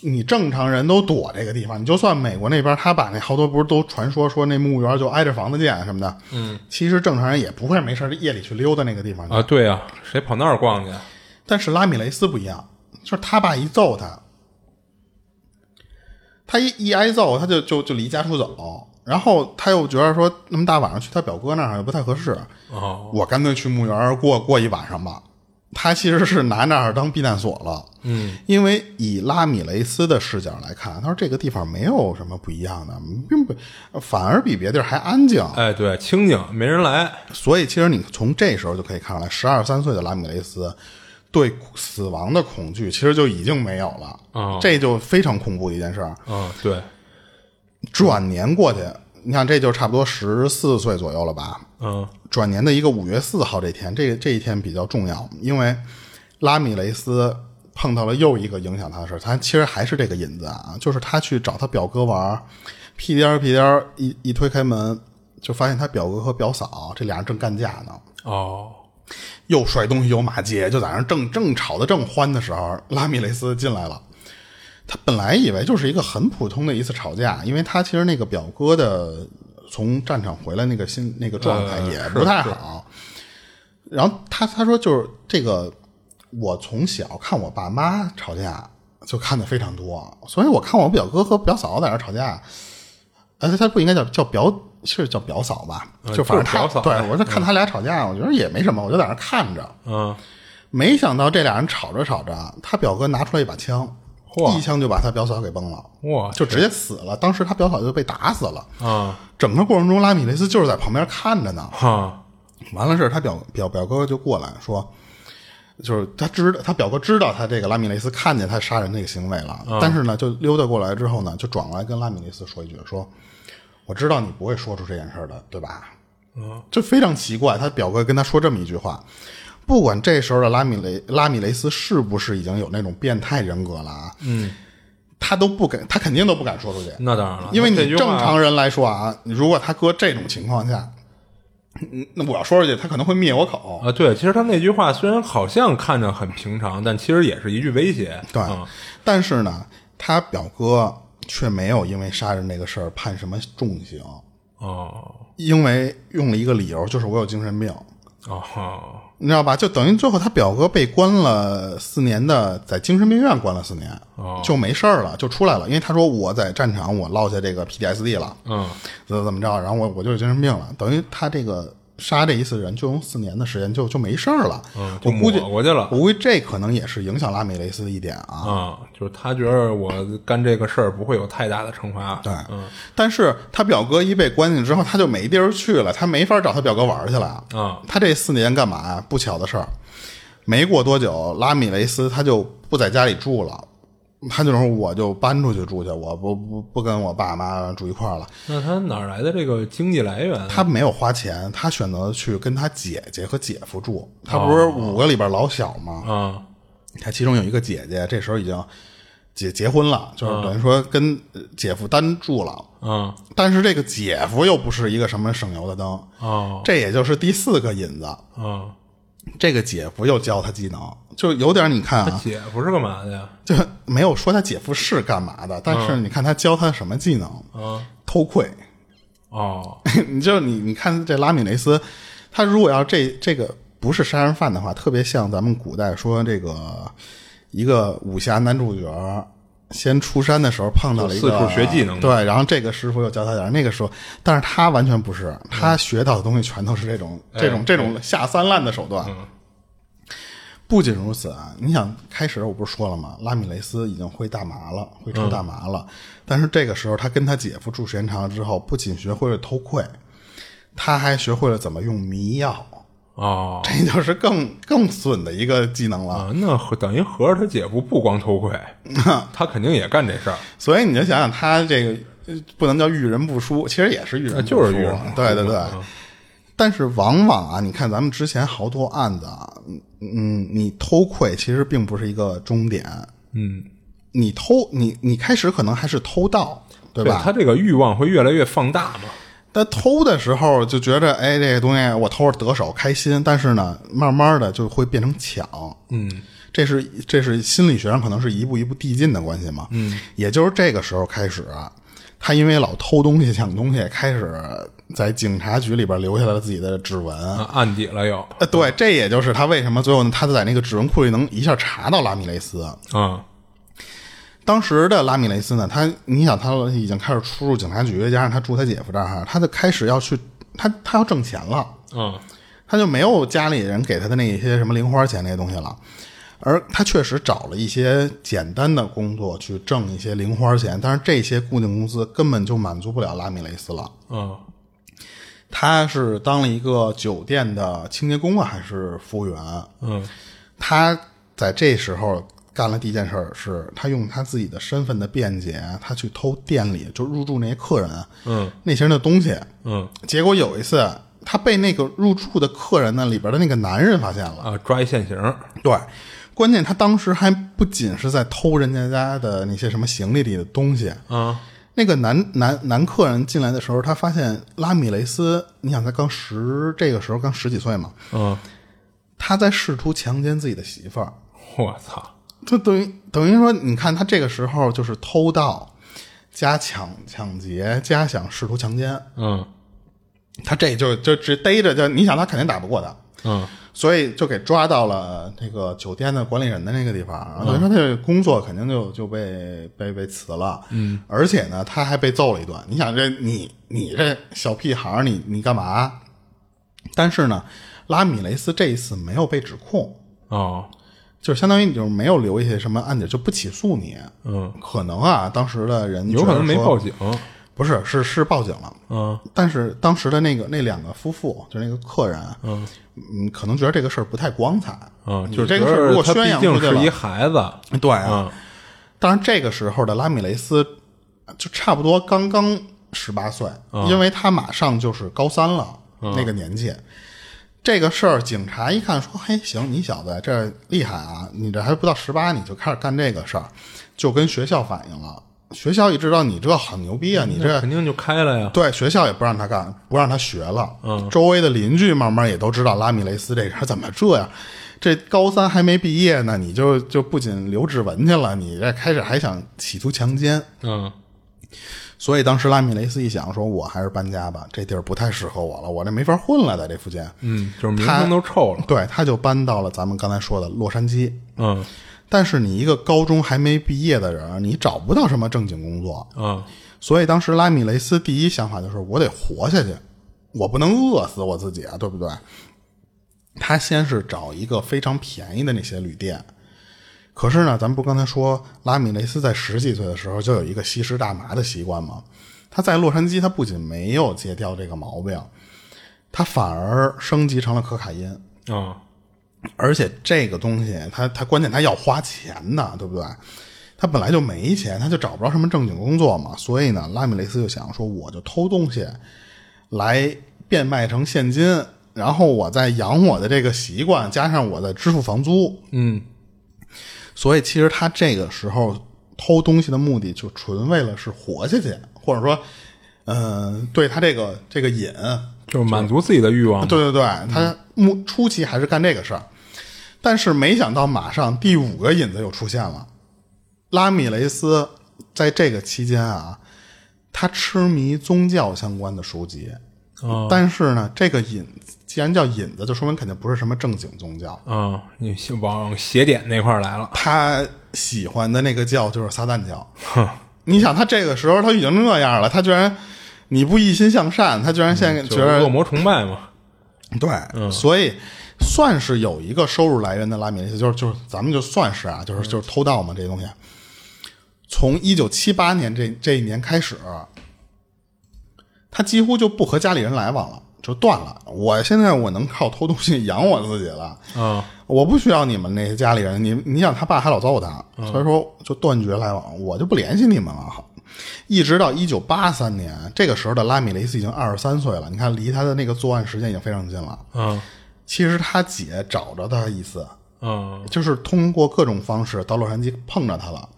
你正常人都躲这个地方，你就算美国那边他把那好多不是都传说说那墓园就挨着房子建什么的，嗯，其实正常人也不会没事儿夜里去溜达那个地方去
啊，对啊，谁跑那儿逛去？啊
但是拉米雷斯不一样，就是他爸一揍他，他一一挨揍，他就就就离家出走，然后他又觉得说那么大晚上去他表哥那儿也不太合适，
哦，
我干脆去墓园过过一晚上吧。他其实是拿那儿当避难所了，
嗯，
因为以拉米雷斯的视角来看，他说这个地方没有什么不一样的，并不反而比别地儿还安静。
哎，对，清静，没人来，
所以其实你从这时候就可以看出来，十二三岁的拉米雷斯对死亡的恐惧其实就已经没有了。
哦
这就非常恐怖的一件事儿。
嗯，对，
转年过去，你看这就差不多十四岁左右了吧？
嗯，
转年的一个五月四号这天，这这一天比较重要，因为拉米雷斯碰到了又一个影响他的事儿。他其实还是这个引子啊，就是他去找他表哥玩儿，屁颠儿屁颠儿一一推开门，就发现他表哥和表嫂这俩人正干架呢，
哦，
又摔东西又骂街，就在那儿正正吵得正欢的时候，拉米雷斯进来了。他本来以为就是一个很普通的一次吵架，因为他其实那个表哥的从战场回来那个心那个状态
呃
也
是
不太好。然后他他说就是这个，我从小看我爸妈吵架就看的非常多，所以我看我表哥和表嫂在那儿吵架，而且他不应该叫叫表是叫表嫂吧？
呃
就反正他
就是表嫂
对我就看他俩吵架，我觉得也没什么，我就在那儿看着。
嗯，
没想到这俩人吵着吵着，他表哥拿出来一把枪，
嚯
一枪就把他表嫂给崩了，
哇，
就直接死了。当时他表嫂就被打死了。
啊
整个过程中，拉米雷斯就是在旁边看着呢。
哈，
完了事儿他表表表哥就过来说，就是他知道他表哥知道他这个拉米雷斯看见他杀人这个行为了，但是呢，就溜达过来之后呢，就转过来跟拉米雷斯说一句说，我知道你不会说出这件事儿的，对吧？嗯，就非常奇怪，他表哥跟他说这么一句话。不管这时候的拉米雷拉米雷斯是不是已经有那种变态人格了啊，嗯，他都不敢，他肯定都不敢说出去。
啊那当然了，
因为
这
你
句话
正常人来说啊，如果他搁这种情况下，嗯那我要说出去，他可能会灭我口。
啊，对，其实他那句话虽然好像看着很平常，但其实也是一句威胁，
对，
嗯
但是呢，他表哥却没有因为杀人这个事儿判什么重刑，
哦
因为用了一个理由，就是我有精神病，
哦，
你知道吧？就等于最后他表哥被关了四年的，在精神病院关了四年，
哦
就没事儿了，就出来了。因为他说我在战场我落下这个 PTSD 了，
嗯，
怎么怎么着，然后我我就有精神病了，等于他这个杀这一次人就用四年的时间就就没事儿了。
嗯就
我估计
抹过去了
我估计这可能也是影响拉米雷斯的一点啊。
啊、就是他觉得我干这个事儿不会有太大的惩罚，
对
嗯
但是他表哥一被关进去之后，他就没地儿去了，他没法找他表哥玩去了。
啊
他这四年干嘛呀？不巧的事儿，没过多久，拉米雷斯他就不在家里住了，他就说我就搬出去住去，我不不不跟我爸妈住一块儿了。
那他哪儿来的这个经济来源？啊
他没有花钱，他选择去跟他姐姐和姐夫住。他不是五个里边老小吗？
啊
他其中有一个姐姐，这时候已经结结婚了，就是等于说跟呃姐夫单住了。
啊
但是这个姐夫又不是一个什么省油的灯，
啊
这也就是第四个引子。
啊！
这个姐夫又教他技能，就有点你看
他
啊，
姐夫是干嘛的呀？
就没有说他姐夫是干嘛的，但是你看他教他什么技能，
啊
偷窥。
哦
你就你你看这拉米雷斯，他如果要这这个不是杀人犯的话，特别像咱们古代说这个一个武侠男主角。先出山的时候碰到了一个
就四处学技能
对，然后这个师傅又教他点儿那个师傅，但是他完全不是，他
嗯
学到的东西全都是这种、
哎
这种这种下三滥的手段。
嗯
不仅如此啊，你想开始我不是说了吗？拉米雷斯已经会大麻了，会
嗯
抽大麻了。但是这个时候，他跟他姐夫住时间长了之后，不仅学会了偷窥，他还学会了怎么用迷药，
哦
这就是更更损的一个技能了。
啊，那合等于合着他姐夫不光偷窥， 他肯定也干这事儿。
所以你就想想，他这个呃不能叫遇人不淑，其实也是遇人不淑，
啊就是遇人不淑 嗯
对对对。但是往往啊，你看咱们之前好多案子啊，嗯嗯，你偷窥其实并不是一个终点，
嗯，
你偷你你开始可能还是偷盗，对吧？
他这个欲望会越来越放大嘛？
但偷的时候就觉着，哎，这个东西我偷着得手开心，但是呢，慢慢的就会变成抢。
嗯，
这是这是心理学上可能是一步一步递进的关系嘛。嗯，也就是这个时候开始啊，他因为老偷东西、抢东西，开始在警察局里边留下了自己的指纹。
啊案底了又
呃，对，这也就是他为什么最后呢他在那个指纹库里能一下查到拉米雷斯。
啊，
当时的拉米雷斯呢，他你想他已经开始出入警察局，加上他住他姐夫这儿哈，他就开始要去他他要挣钱了，
嗯
他就没有家里人给他的那些什么零花钱那些东西了，而他确实找了一些简单的工作去挣一些零花钱，但是这些固定工资根本就满足不了拉米雷斯了。
嗯
他是当了一个酒店的清洁工啊，还是服务员？啊
嗯
他在这时候干了第一件事儿，是他用他自己的身份的辩解，他去偷店里就入住那些客人，啊
嗯，
那些人的东西。
嗯
结果有一次，他被那个入住的客人呢里边的那个男人发现了。
啊，抓一现行，
对，关键他当时还不仅是在偷人家家的那些什么行李里的东西。
啊
那个男男男客人进来的时候，他发现拉米雷斯，你想他刚十这个时候刚十几岁嘛，
嗯，
他在试图强奸自己的媳妇儿。
我操，
就等于等于说，你看他这个时候就是偷盗加抢抢劫加想试图强奸，
嗯
他这就就只逮着就你想他肯定打不过他，
嗯
所以就给抓到了那个酒店的管理人的那个地方，然后等于说他这工作肯定就就被被被辞了，嗯，而且呢他还被揍了一顿。你想这你你这小屁孩儿，你你干嘛？但是呢，拉米雷斯这一次没有被指控，
哦
就是相当于你就是没有留一些什么案底，就不起诉你。
嗯，
可能啊，当时的人
有可能没报
警，
警，
不是是是报警了，
嗯
但是当时的那个那两个夫妇，就是那个客人，
嗯
嗯，可能觉得这个事儿不太光彩
嗯，
你
就是
这个
觉
事儿
得
如果
他
宣扬
毕
出
竟
去
是一
了，
孩子，
对啊。
嗯
当然，这个时候的拉米雷斯就差不多刚刚十八岁，因为他马上就是高三了、那个年纪。这个事儿，警察一看说：“嘿，行，你小子这厉害啊！你这还不到十八，你就开始干这个事儿，就跟学校反映了。学校一知道你这好牛逼啊，你这
那肯定就开了呀，
对，学校也不让他干，不让他学了。嗯，周围的邻居慢慢也都知道拉米雷斯这人怎么这样。这高三还没毕业呢，你就就不仅留指纹去了，你这开始还想企图强奸。
嗯
所以当时拉米雷斯一想，说我还是搬家吧，这地儿不太适合我了，我这没法混了，在这附近。
嗯，就是名
他
声都臭了，
对，他就搬到了咱们刚才说的洛杉矶。
嗯
但是你一个高中还没毕业的人，你找不到什么正经工作，
嗯
所以当时拉米雷斯第一想法就是我得活下去，我不能饿死我自己啊，对不对？他先是找一个非常便宜的那些旅店，可是呢，咱们不刚才说拉米雷斯在十几岁的时候就有一个吸食大麻的习惯吗？他在洛杉矶，他不仅没有戒掉这个毛病，他反而升级成了可卡因。啊
嗯
而且这个东西，他他关键他要花钱呢，对不对？他本来就没钱，他就找不着什么正经工作嘛，所以呢，拉米雷斯就想说，我就偷东西来变卖成现金，然后我再养我的这个习惯，加上我的支付房租，
嗯
所以其实他这个时候偷东西的目的就纯为了是活下去，或者说，嗯、对他这个这个瘾
就是满足自己的欲望嘛，
对对对，他目初期还是干这个事儿，但是没想到马上第五个引子又出现了。拉米雷斯在这个期间啊，他痴迷宗教相关的书籍，
哦
但是呢，这个引既然叫引子，就说明肯定不是什么正经宗教。
嗯，你先往邪典那块儿来了，
他喜欢的那个教就是撒旦教。你想，他这个时候他已经这样了，他居然你不一心向善，他居然现在
嗯
觉
就是
得
恶魔崇拜嘛，
对，所以算是有一个收入来源的拉米雷斯，就是就是咱们就算是啊，就是就是偷盗嘛，这些东西。从一九七八年这这一年开始，他几乎就不和家里人来往了，就断了。我现在我能靠偷东西养我自己了，
嗯
我不需要你们那些家里人。你你想，他爸还老揍他，所以说就断绝来往，我就不联系你们了。一直到一九八三年，这个时候的拉米雷斯已经二十三岁了，你看离他的那个作案时间已经非常近了。
嗯
其实他姐找着他一次，
嗯
就是通过各种方式到洛杉矶碰着他了。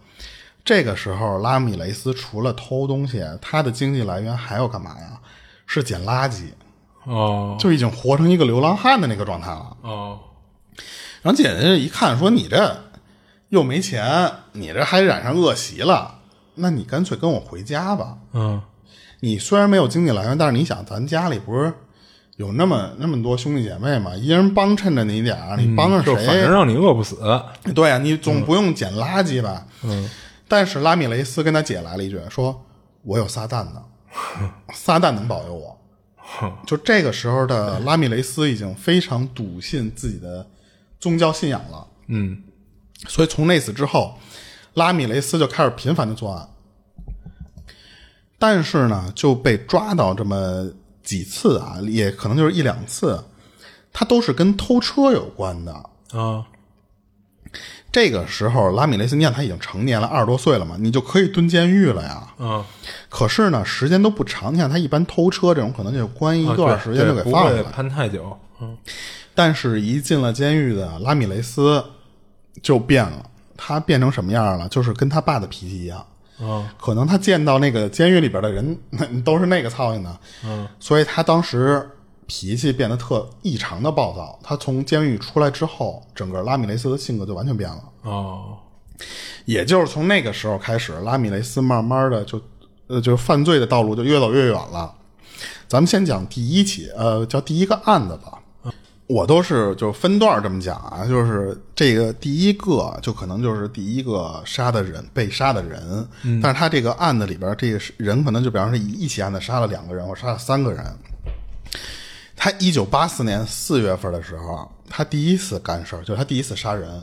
这个时候，拉米雷斯除了偷东西，他的经济来源还要干嘛呀？是捡垃圾，
哦
就已经活成一个流浪汉的那个状态了。
哦
然后姐姐一看说：“你这又没钱，你这还染上恶习了，那你干脆跟我回家吧。
嗯
你虽然没有经济来源，但是你想，咱家里不是有那么那么多兄弟姐妹嘛，一人帮衬着你点儿，你帮着
嗯就
谁？
反正让你饿不死。啊
对呀、你总不用捡垃圾吧？嗯。但是拉米雷斯跟他姐来了一句，说：“我有撒旦 呢，撒旦能保佑我。”就这个时候的拉米雷斯已经非常笃信自己的宗教信仰了，
嗯，
所以从那次之后，拉米雷斯就开始频繁的作案，但是呢，就被抓到这么几次啊，也可能就是一两次，他都是跟偷车有关的。
啊，
这个时候，拉米雷斯，你想他已经成年了，二十多岁了嘛，你就可以蹲监狱了呀。
啊，
可是呢，时间都不长，你想他一般偷车这种，可能就关一
啊
段
对
时间就
对
给放
不
了
会。判太久。嗯
但是，一进了监狱的拉米雷斯就变了，他变成什么样了？就是跟他爸的脾气一样。
啊
可能他见到那个监狱里边的人 都是那个操性的，
嗯，
所以他当时脾气变得特异常的暴躁。他从监狱出来之后，整个拉米雷斯的性格就完全变了。
哦，
也就是从那个时候开始，拉米雷斯慢慢的就，呃，就犯罪的道路就越走越远了。咱们先讲第一起，呃，叫第一个案子吧。我都是就分段儿这么讲啊，就是这个第一个就可能就是第一个杀的人被杀的人，但是他这个案子里边儿这个是人可能就比方说一一起案子杀了两个人或杀了三个人。他一九八四年四月份的时候，他第一次干事儿，就是他第一次杀人。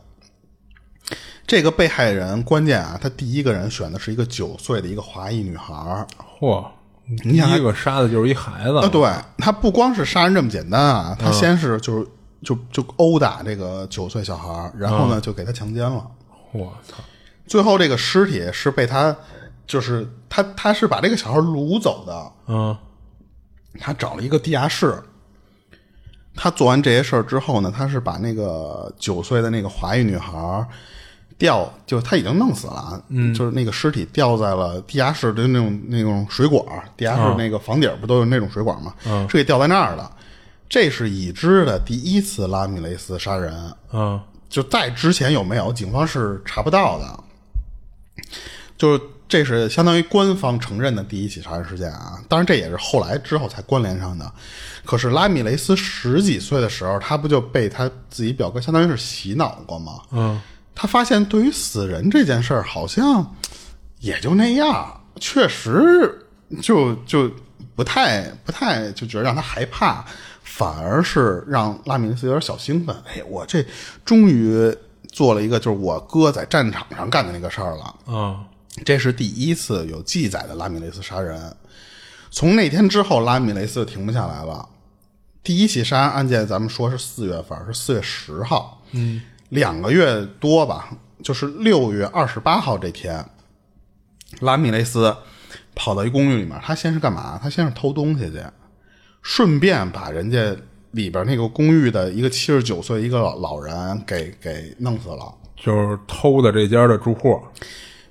这个被害人关键啊，他第一个人选的是一个九岁的一个华裔女孩儿。
嚯，第
想
一个杀的就是一孩子
啊，。对他不光是杀人这么简单啊，他先是就是、就就殴打这个九岁小孩儿，然后呢就给他强奸了。
我操！
最后这个尸体是被他就是他他是把这个小孩掳走的，
嗯
他找了一个地下室。他做完这些事儿之后呢，他是把那个九岁的那个华裔女孩儿吊，就他已经弄死了啊，就是那个尸体吊在了地下室的那种那种水管儿，地下室那个房顶儿不都有那种水管吗？是给吊在那儿的。这是已知的第一次拉米雷斯杀人，
嗯
就在之前有没有，警方是查不到的。就是这是相当于官方承认的第一起杀人事件啊，当然这也是后来之后才关联上的。可是拉米雷斯十几岁的时候，他不就被他自己表哥相当于是洗脑过吗？
嗯
他发现对于死人这件事儿，好像也就那样，确实就就不太不太就觉得让他害怕，反而是让拉米雷斯有点小兴奋。哎，我这终于做了一个就是我哥在战场上干的那个事儿了。
嗯
这是第一次有记载的拉米雷斯杀人。从那天之后，拉米雷斯就停不下来了。第一起杀人案件，咱们说是四月份，是四月十号，嗯，两个月多吧，就是六月二十八号这天，拉米雷斯跑到一公寓里面，他先是干嘛？他先是偷东西去，顺便把人家里边那个公寓的一个七十九岁一个老老人给给弄死了。
就是偷的这家的住户。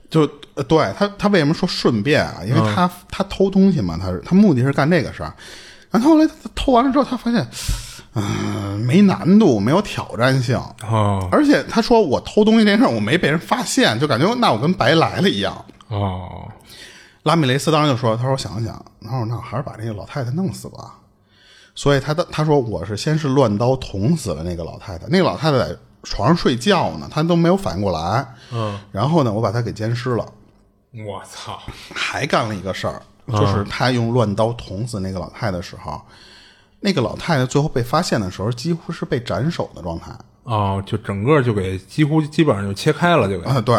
就呃对他，他为什么说顺便啊？因为他、他偷东西嘛，他是他目的是干这个事儿。然后后来他偷完了之后，他发现，嗯、没难度，没有挑战性，
哦
而且他说我偷东西这事儿我没被人发现，就感觉那我跟白来了一样。
哦，
拉米雷斯当时就说：“他说我想了想，他说那我还是把那个老太太弄死吧。”所以他的他说我是先是乱刀捅死了那个老太太，那个老太太在床上睡觉呢，她都没有反应过来。
嗯，
然后呢，我把她给奸尸了。
我操！
还干了一个事儿，就是他用乱刀捅死那个老太太的时候，那个老太太最后被发现的时候，几乎是被斩首的状态。
哦，就整个就给几乎基本上就切开了，就给。
啊，对，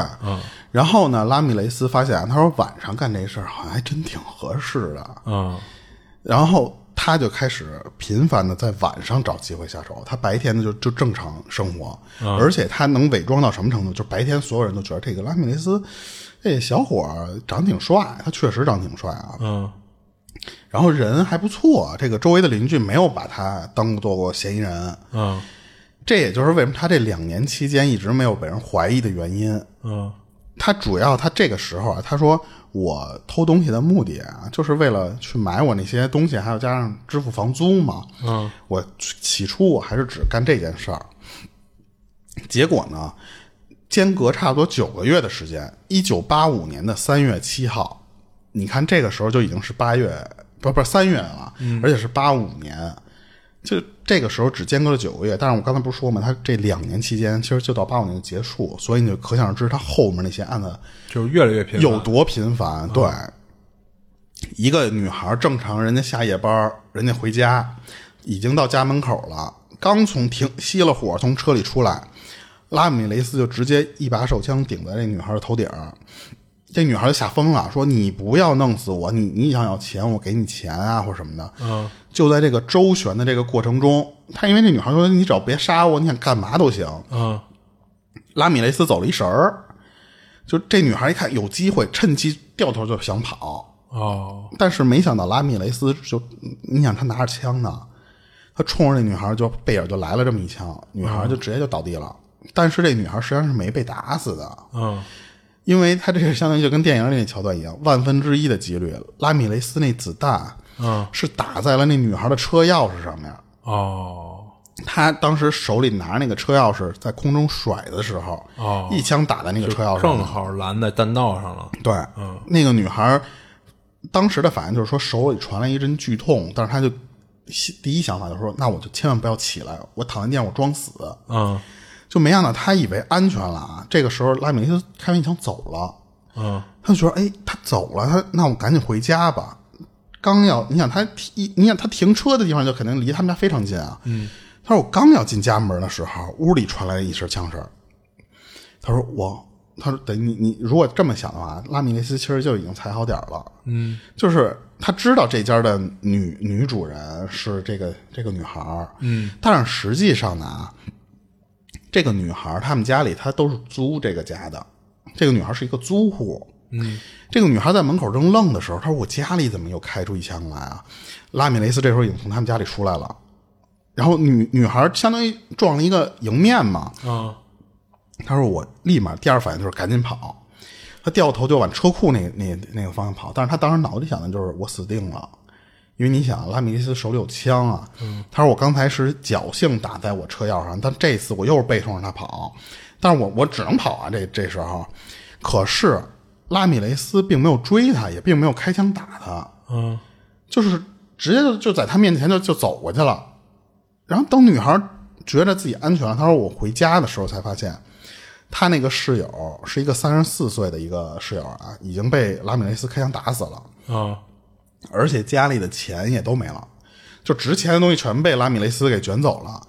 然后呢，拉米雷斯发现，他说晚上干这事儿好像还真挺合适的，
嗯
然后他就开始频繁的在晚上找机会下手，他白天呢就就正常生活，而且他能伪装到什么程度？就白天所有人都觉得这个拉米雷斯，这小伙儿长挺帅，他确实长挺帅啊，
嗯
然后人还不错，这个周围的邻居没有把他当做过嫌疑人，
嗯
这也就是为什么他这两年期间一直没有被人怀疑的原因。
嗯
他主要他这个时候啊，他说我偷东西的目的啊，就是为了去买我那些东西，还有加上支付房租嘛。
嗯
我起初我还是只干这件事儿，结果呢，间隔差不多九个月的时间，一九八五年的三月七号，你看这个时候就已经是八月，不不是三月了，而且是八五年，就这个时候只间隔了九个月。但是我刚才不是说嘛，他这两年期间其实就到八五年就结束，所以你就可想而知他后面那些案子
就是越来越频繁，嗯
有多频繁。对，一个女孩正常人家下夜班，人家回家已经到家门口了，刚从停熄了火从车里出来。拉米雷斯就直接一把手枪顶在这女孩的头顶儿，这女孩就吓疯了，说：“你不要弄死我，你你想要钱，我给你钱啊，或者什么的。”嗯，就在这个周旋的这个过程中，他因为这女孩说：“你只要别杀我，你想干嘛都行。”
嗯，
拉米雷斯走了一神儿，就这女孩一看有机会，趁机掉头就想跑，
哦，
但是没想到拉米雷斯就，你想他拿着枪呢，他冲着这女孩就背影就来了这么一枪，女孩就
嗯
直接就倒地了。但是这女孩实际上是没被打死的，
嗯，
因为她这个相当于就跟电影里那桥段一样，万分之一的几率，拉米雷斯那子弹，
嗯，
是打在了那女孩的车钥匙上面。
哦，
她当时手里拿那个车钥匙在空中甩的时候，
哦
一枪打在那个车钥匙上
正，好嗯拦在弹道上了，
对，那个女孩当时的反应就是说手里传来一阵剧痛，但是她就心第一想法就是说，那我就千万不要起来，我躺在地上我装死，
嗯
就没想到他以为安全了啊。这个时候拉米雷斯开完一枪走了，
嗯，
他就觉得哎，他走了，他那我赶紧回家吧。刚要你想他停，你想他停车的地方就肯定离他们家非常近啊。嗯，他说我刚要进家门的时候，屋里传来一声枪声。他说我，他说等你你如果这么想的话，拉米雷斯其实就已经踩好点儿了。嗯，就是他知道这家的女女主人是这个这个女孩儿。嗯，但是实际上呢啊，这个女孩儿他们家里她都是租这个家的，这个女孩儿是一个租户。嗯，这个女孩在门口正愣的时候，她说：“我家里怎么又开出一枪来啊？”拉米雷斯这时候已经从他们家里出来了，然后女女孩儿相当于撞了一个迎面嘛。
嗯，
她说：“我立马第二反应就是赶紧跑。”她掉头就往车库那那那个方向跑，但是她当时脑子里想的就是我死定了，因为你想拉米雷斯手里有枪啊。她说我刚才是侥幸打在我车钥匙上，但这次我又是背冲着他跑，但是我我只能跑啊，这这时候，可是拉米雷斯并没有追她，也并没有开枪打她，
嗯，
就是直接就就在他面前就就走过去了。然后等女孩觉得自己安全了，她说我回家的时候才发现，她那个室友是一个三十四岁的一个室友啊，已经被拉米雷斯开枪打死了，
嗯，
而且家里的钱也都没了，就值钱的东西全被拉米雷斯给卷走了。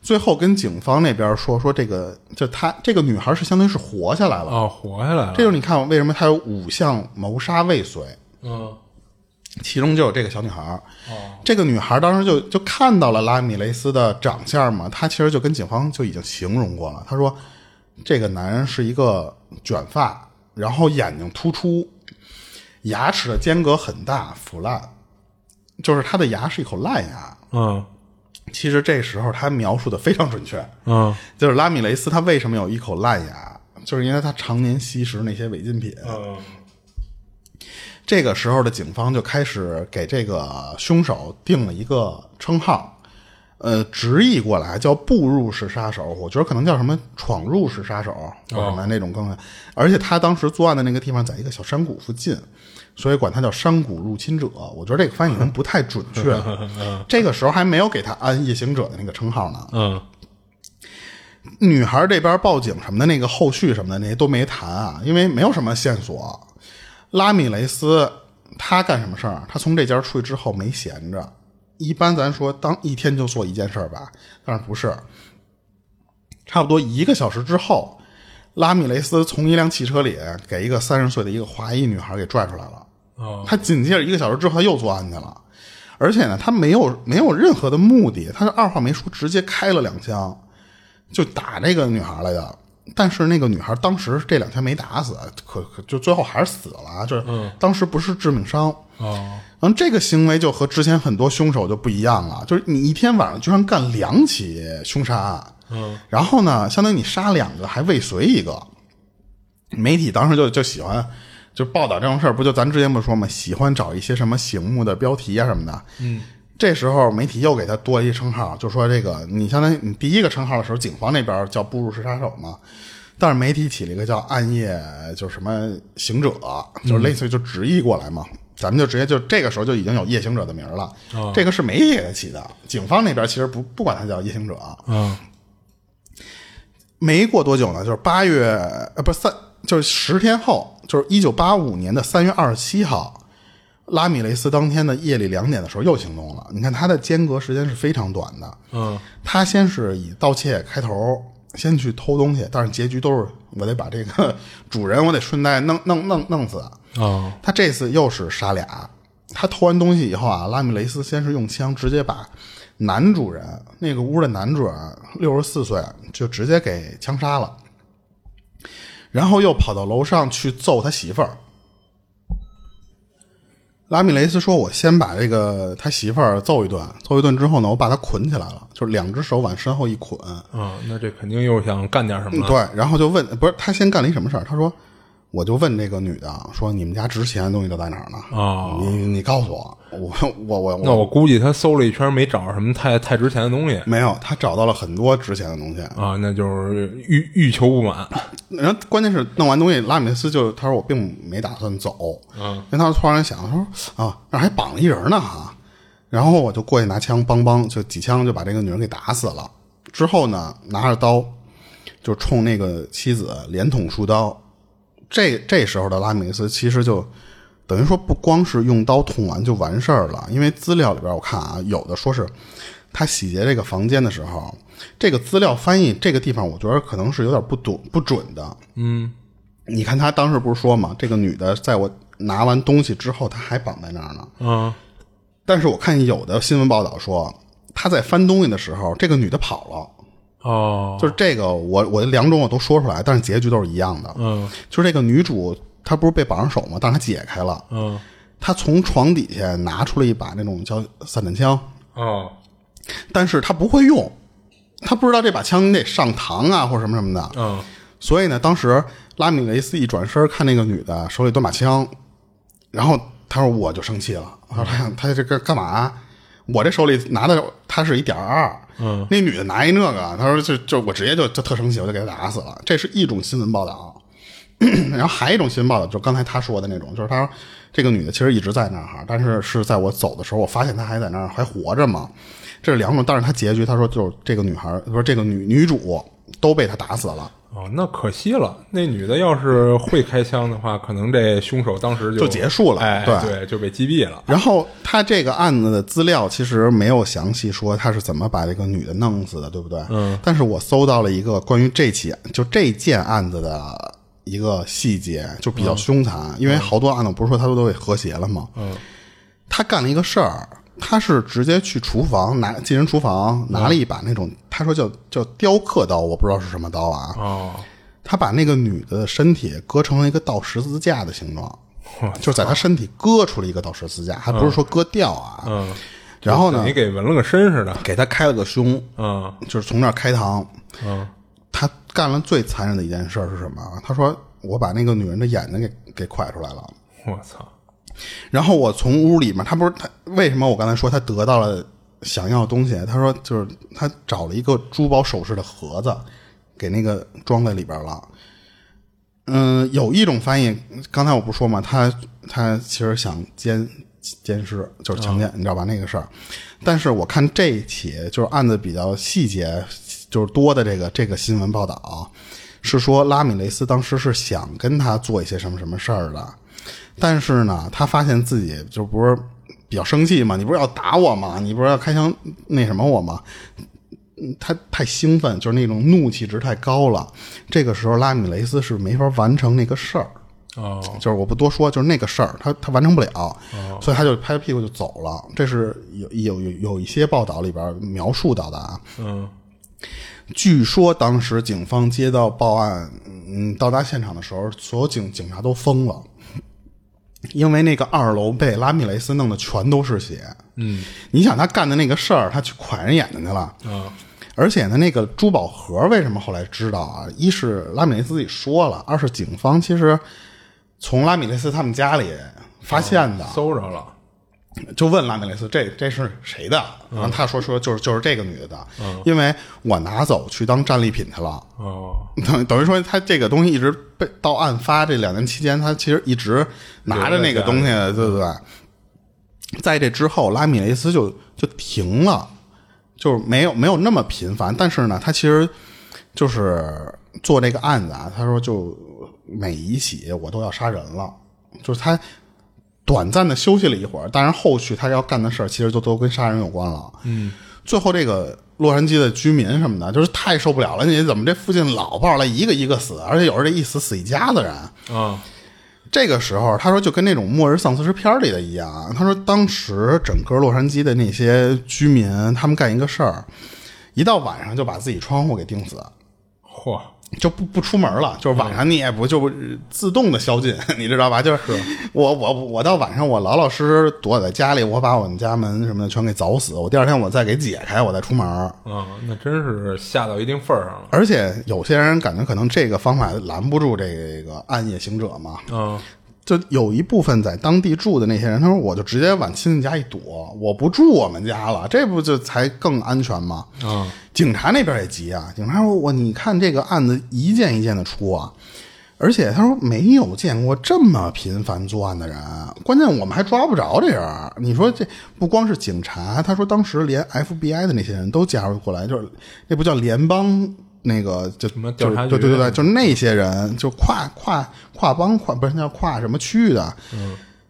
最后跟警方那边说说这个，就她这个女孩是相当于是活下来了，
哦，活下来了，
这就是你看为什么她有五项谋杀未遂。
嗯，
其中就有这个小女孩儿。这个女孩儿当时就就看到了拉米雷斯的长相嘛，她其实就跟警方就已经形容过了。她说，这个男人是一个卷发，然后眼睛突出，牙齿的间隔很大，腐烂，就是他的牙是一口烂牙。
嗯，
其实这时候他描述的非常准确，
嗯，
就是拉米雷斯他为什么有一口烂牙，就是因为他常年吸食那些违禁品。
嗯，
这个时候的警方就开始给这个凶手定了一个称号，呃，直译过来叫步入式杀手，我觉得可能叫什么闯入式杀手或者什么那种更，而且他当时作案的那个地方在一个小山谷附近，所以管他叫山谷入侵者。我觉得这个翻译可能不太准确，这个时候还没有给他安夜行者的那个称号呢。
嗯，
女孩这边报警什么的，那个后续什么的那些都没谈啊，因为没有什么线索。拉米雷斯他干什么事儿？他从这家出去之后没闲着。一般咱说当一天就做一件事儿吧，但是不是？差不多一个小时之后，拉米雷斯从一辆汽车里给一个三十岁的一个华裔女孩给拽出来了。
哦
他紧接着一个小时之后他又作案去了，而且呢，他没有没有任何的目的，他是二话没说直接开了两枪，就打这个女孩来的。但是那个女孩当时这两枪没打死，可可就最后还是死了啊，就是当时不是致命伤。
哦，
然后这个行为就和之前很多凶手就不一样了，就是你一天晚上居然干两起凶杀案，嗯，然后呢，相当于你杀两个还未遂一个，媒体当时就就喜欢就报道这种事儿，不就咱之前不说嘛，喜欢找一些什么醒目的标题啊什么的，嗯，这时候媒体又给他多一称号，就说这个你相当于你第一个称号的时候，警方那边叫步入式杀手嘛，但是媒体起了一个叫暗夜就是什么行者，啊就是类似于就直译过来嘛。咱们就直接就这个时候就已经有夜行者的名儿了，这个是媒体给他起的，警方那边其实不不管他叫夜行者。啊
嗯，
没过多久呢，就是八月呃不是三，就是十天后，就是一九八五年的三月二十七号，拉米雷斯当天的夜里两点的时候又行动了。你看他的间隔时间是非常短的，
嗯，
他先是以盗窃开头，先去偷东西，但是结局都是我得把这个 主人，我得顺带弄弄弄弄死。
哦，
他这次又是杀俩，他偷完东西以后啊，拉米雷斯先是用枪直接把男主人那个屋的男主人六十四岁就直接给枪杀了，然后又跑到楼上去揍他媳妇儿。拉米雷斯说：“我先把这个他媳妇儿揍一顿，揍一顿之后呢，我把他捆起来了，就是两只手往身后一捆。
嗯，那这肯定又想干点什么了。
对，然后就问，不是他先干了一什么事儿？他说，我就问这个女的说，你们家值钱的东西都在哪儿呢？
哦
你你告诉我，我我我
那我估计他搜了一圈没找着什么太太值钱的东西
没有，他找到了很多值钱的东西。
啊，那就是欲欲求不满。
然后关键是弄完东西，拉米雷斯就他说我并没打算走，嗯，因为他突然想，他说啊那儿还绑了一人呢哈，然后我就过去拿枪，梆梆就几枪就把这个女人给打死了。之后呢，拿着刀就冲那个妻子连捅数刀。这这时候的拉米雷斯其实就等于说不光是用刀捅完就完事儿了，因为资料里边我看啊，有的说是他洗劫这个房间的时候，这个资料翻译这个地方，我觉得可能是有点不准不准的。
嗯，
你看他当时不是说嘛，这个女的在我拿完东西之后，她还绑在那儿呢。
啊，
但是我看有的新闻报道说，她在翻东西的时候，这个女的跑了。
哦，
就是这个我，我这两种我都说出来，但是结局都是一样的。
嗯
就是这个女主，她不是被绑上手吗？但是她解开了，
嗯
她从床底下拿出了一把那种叫散弹枪，
哦
但是她不会用，她不知道这把枪你得上膛啊或者什么什么的。
嗯
所以呢，当时拉米雷斯一转身看那个女的手里端把枪，然后他说我就生气了，我说他想他这个干嘛？啊我这手里拿的他是一点二，
嗯，
那女的拿一那个，他说就就我直接就就特生气，我就给他打死了。这是一种新闻报道， 然后还有一种新闻报道，就刚才他说的那种，就是他说这个女的其实一直在那儿哈，但是是在我走的时候，我发现她还在那儿还活着嘛。这是两种，但是他结局他说就是这个女孩，不是这个女女主都被他打死了。
哦，那可惜了。那女的要是会开枪的话，可能这凶手当时就
就结束了
哎，
对
对，就被击毙了。
然后他这个案子的资料其实没有详细说他是怎么把这个女的弄死的，对不对？嗯。但是我搜到了一个关于这起就这件案子的一个细节，就比较凶残，因为好多案子不是说他都得和谐了吗？嗯。他干了一个事儿，他是直接去厨房拿进人厨房拿了一把那种、他说叫叫雕刻刀，我不知道是什么刀啊。
哦，
他把那个女的身体割成了一个倒十字架的形状。
我
就是在他身体割出了一个倒十字架，还不是说割掉啊。
嗯，
然后呢
你，给纹了个身似的。
给他开了个胸，
嗯
就是从那儿开膛。
嗯，
他干了最残忍的一件事儿是什么啊？他说：“我把那个女人的眼睛给给蒯出来了。
我操，”
然后我从屋里面，他不是他为什么我刚才说他得到了想要的东西？他说就是他找了一个珠宝首饰的盒子，给那个装在里边了。嗯，有一种翻译，刚才我不说嘛，他他其实想奸奸尸，就是强奸，你知道吧？那个事儿。但是我看这一起就是案子比较细节就是多的这个这个新闻报道、是说拉米雷斯当时是想跟他做一些什么什么事儿的，但是呢，他发现自己就不是比较生气嘛，你不是要打我吗？你不是要开枪那什么我吗？嗯他太兴奋，就是那种怒气值太高了。这个时候，拉米雷斯是没法完成那个事儿，
哦
就是我不多说，就是那个事儿，他他完成不了，所以他就拍着屁股就走了。这是有有有有一些报道里边描述到的啊。
嗯
据说当时警方接到报案，嗯，到达现场的时候，所有警警察都疯了，因为那个二楼被拉米雷斯弄的全都是血。
嗯
你想他干的那个事儿，他去蒯人眼睛去了，
啊
而且呢，那个珠宝盒为什么后来知道啊？一是拉米雷斯自己说了，二是警方其实从拉米雷斯他们家里发现的，
搜着了。
就问拉米雷斯这这是谁的？然后他说说就是就是这个女的的，因为我拿走去当战利品去了。
哦，
等等于说，他这个东西一直被到案发这两年期间，他其实一直拿着那个东西，对对对。在这之后，拉米雷斯就就停了，就是没有没有那么频繁。但是呢，他其实就是做这个案子啊，他说就每一起我都要杀人了，就是他短暂的休息了一会儿，但是后续他要干的事儿其实就都跟杀人有关了。嗯，最后这个洛杉矶的居民什么的，就是太受不了了，你怎么这附近老爆了一个一个死，而且有时候这一死死一家子人。
啊，
这个时候，他说就跟那种末日丧尸片儿里的一样啊，他说当时整个洛杉矶的那些居民，他们干一个事儿，一到晚上就把自己窗户给钉死，
嚯，
就不不出门了，就是晚上你也不就不自动的宵禁， 你知道吧？就是我我我到晚上我老老实实躲在家里，我把我们家门什么的全给凿死，我第二天我再给解开，我再出门儿。
啊，那真是下到一定份儿上了。
而且有些人感觉可能这个方法拦不住这个暗夜行者嘛，
啊，
就有一部分在当地住的那些人，他说我就直接往亲戚家一躲，我不住我们家了，这不就才更安全吗？
啊，
警察那边也急啊，警察说我你看这个案子一件一件的出啊，而且他说没有见过这么频繁作案的人，关键我们还抓不着这人。你说这不光是警察，他说当时连 FBI 的那些人都加入过来，就是那不叫联邦。那个就
什么
就
调查局
对对对对，就是那些人，就跨跨跨邦跨不是叫跨什么区域的，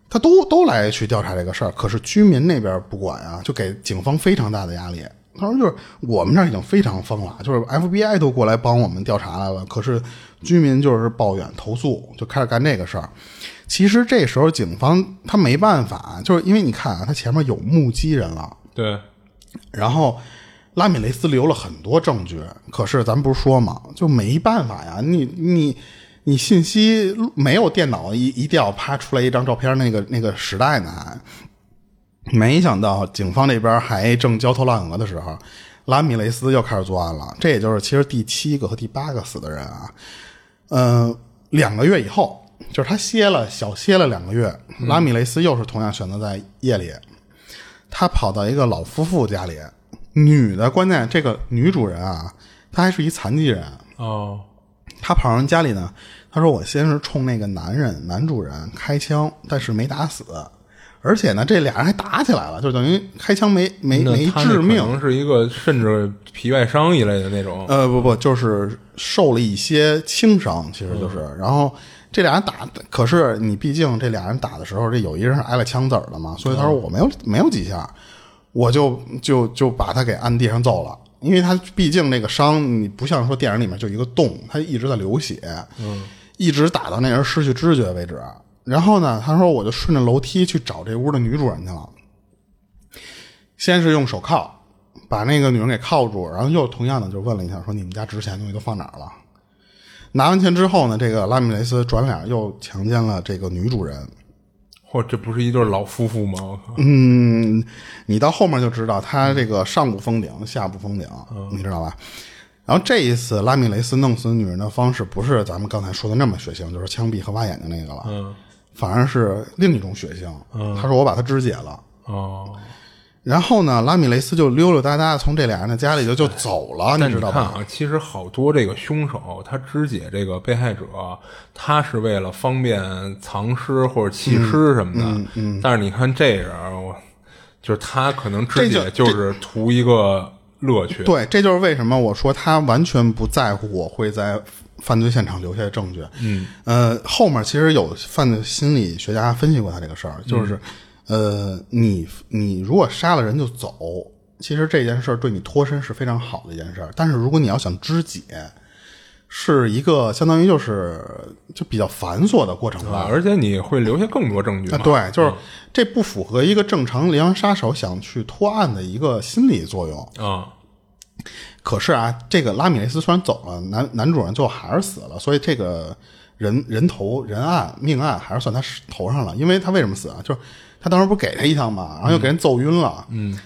他都都来去调查这个事儿。可是居民那边不管啊，就给警方非常大的压力。他说就是我们这儿已经非常疯了，就是 FBI 都过来帮我们调查来了，可是居民就是抱怨投诉，就开始干这个事儿。其实这时候警方他没办法，就是因为你看啊，他前面有目击人了。
对，
然后拉米雷斯留了很多证据，可是咱不是说嘛，就没办法呀，你你你信息没有电脑一一调，啪出来一张照片，那个那个时代呢还。没想到警方这边还正焦头烂额的时候，拉米雷斯又开始作案了。这也就是其实第七个和第八个死的人啊，嗯、两个月以后，就是他歇了小歇了两个月，拉米雷斯又是同样选择在夜里，他跑到一个老夫妇家里，女的，关键这个女主人啊，她还是一残疾人。
哦，
她跑人家里呢，她说我先是冲那个男人男主人开枪，但是没打死，而且呢，这俩人还打起来了，就等于开枪没没
那
没
他那
致命
可，能是一个甚至皮外伤一类的那种。
呃，不不，就是受了一些轻伤，其实就是。然后这俩人打，可是你毕竟这俩人打的时候，这有一人是挨了枪子儿的嘛，所以他说我没有、没有几下，我就就就把他给按地上揍了。因为他毕竟那个伤，你不像说电影里面就一个洞，他一直在流血，嗯，一直打到那人失去知觉为止。然后呢，他说我就顺着楼梯去找这屋的女主人去了，先是用手铐把那个女人给铐住，然后又同样的就问了一下，说你们家值钱东西都放哪儿了？拿完钱之后呢，这个拉米雷斯转脸又强奸了这个女主人。
嚯，这不是一对老夫妇吗？我靠，
嗯，你到后面就知道他这个上不封顶，下不封顶，你知道吧？然后这一次拉米雷斯弄死女人的方式不是咱们刚才说的那么血腥，就是枪毙和挖眼睛那个了，
嗯，
反而是另一种血腥。他说我把他肢解了。
哦，
然后呢，拉米雷斯就溜溜达达地从这俩人的家里就就走了，
但
你知道吧
看？啊，其实好多这个凶手，他肢解这个被害者，他是为了方便藏尸或者弃尸什么的。嗯但是你看这人儿，我就是他可能肢
这
解
就
就是图一个乐趣。
对，这就是为什么我说他完全不在乎我会在犯罪现场留下的证据。嗯，呃，后面其实有犯罪心理学家分析过他这个事儿，
嗯
就是，呃，你你如果杀了人就走，其实这件事儿对你脱身是非常好的一件事儿。但是如果你要想肢解，是一个相当于就是就比较繁琐的过程吧。
啊，而且你会留下更多证据
啊，
嘛？
对，就是这不符合一个正常连环杀手想去脱案的一个心理作用。
啊，
可是啊，这个拉米雷斯虽然走了，男男主人最后还是死了，所以这个人人头人案命案还是算他头上了。因为他为什么死啊？就是他当时不是给他一枪嘛，然后又给人揍晕了，嗯，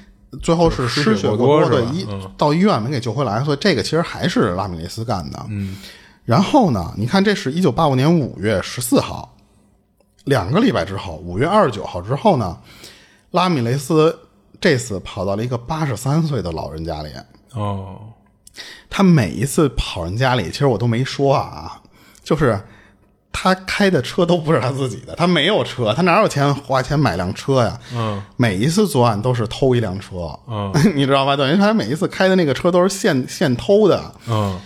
最后是嗯失血过
失血过多
对
是吧
医到医院没给救回来，所以这个其实还是拉米雷斯干的。嗯，然后呢，你看，这是一九八五年五月十四号，两个礼拜之后，五月二十九号之后呢，拉米雷斯这次跑到了一个八十三岁的老人家里，
哦，
他每一次跑人家里，其实我都没说啊，就是他开的车都不是他自己的，他没有车，他哪有钱花钱买辆车呀？
嗯，
每一次作案都是偷一辆车，嗯， 你知道吧？等于他每一次开的那个车都是现现偷的。
嗯，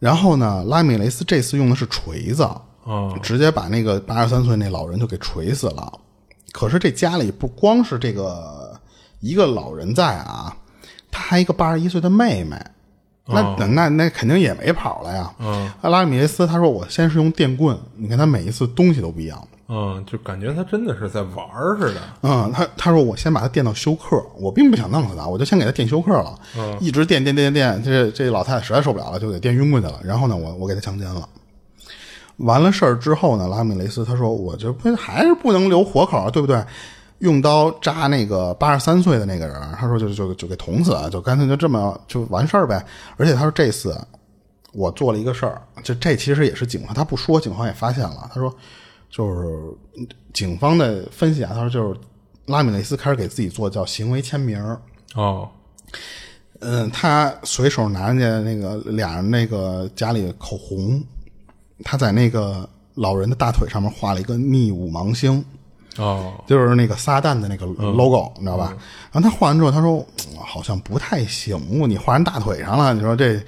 然后呢，拉米雷斯这次用的是锤子，
哦，
直接把那个八十三岁那老人就给锤死了。可是这家里不光是这个一个老人在啊，他还一个八十一岁的妹妹。那那那肯定也没跑了呀。
嗯，
拉米雷斯他说：“我先是用电棍，你看他每一次东西都不一样。
嗯，就感觉他真的是在玩儿似的。
嗯，他他说我先把他电到休克，我并不想弄死他，我就先给他电休克了。一直电电电电，这这老太太实在受不了了，就给电晕过去了。然后呢，我我给他强奸了。完了事儿之后呢，拉米雷斯他说我这不还是不能留活口，啊对不对？用刀扎那个八十三岁的那个人，他说就就就给捅死，就干脆就这么就完事儿呗。而且他说这次我做了一个事儿，这这其实也是警方，他不说，警方也发现了。他说，就是嗯警方的分析啊，他说就是拉米雷斯开始给自己做叫行为签名儿，
哦，
嗯，他随手拿人家那个俩人那个家里口红，他在那个老人的大腿上面画了一个逆五芒星，
哦，
就是那个撒旦的那个 logo，、你知道吧？然后他画完之后，他说嗯好像不太行，你画人大腿上了，你说这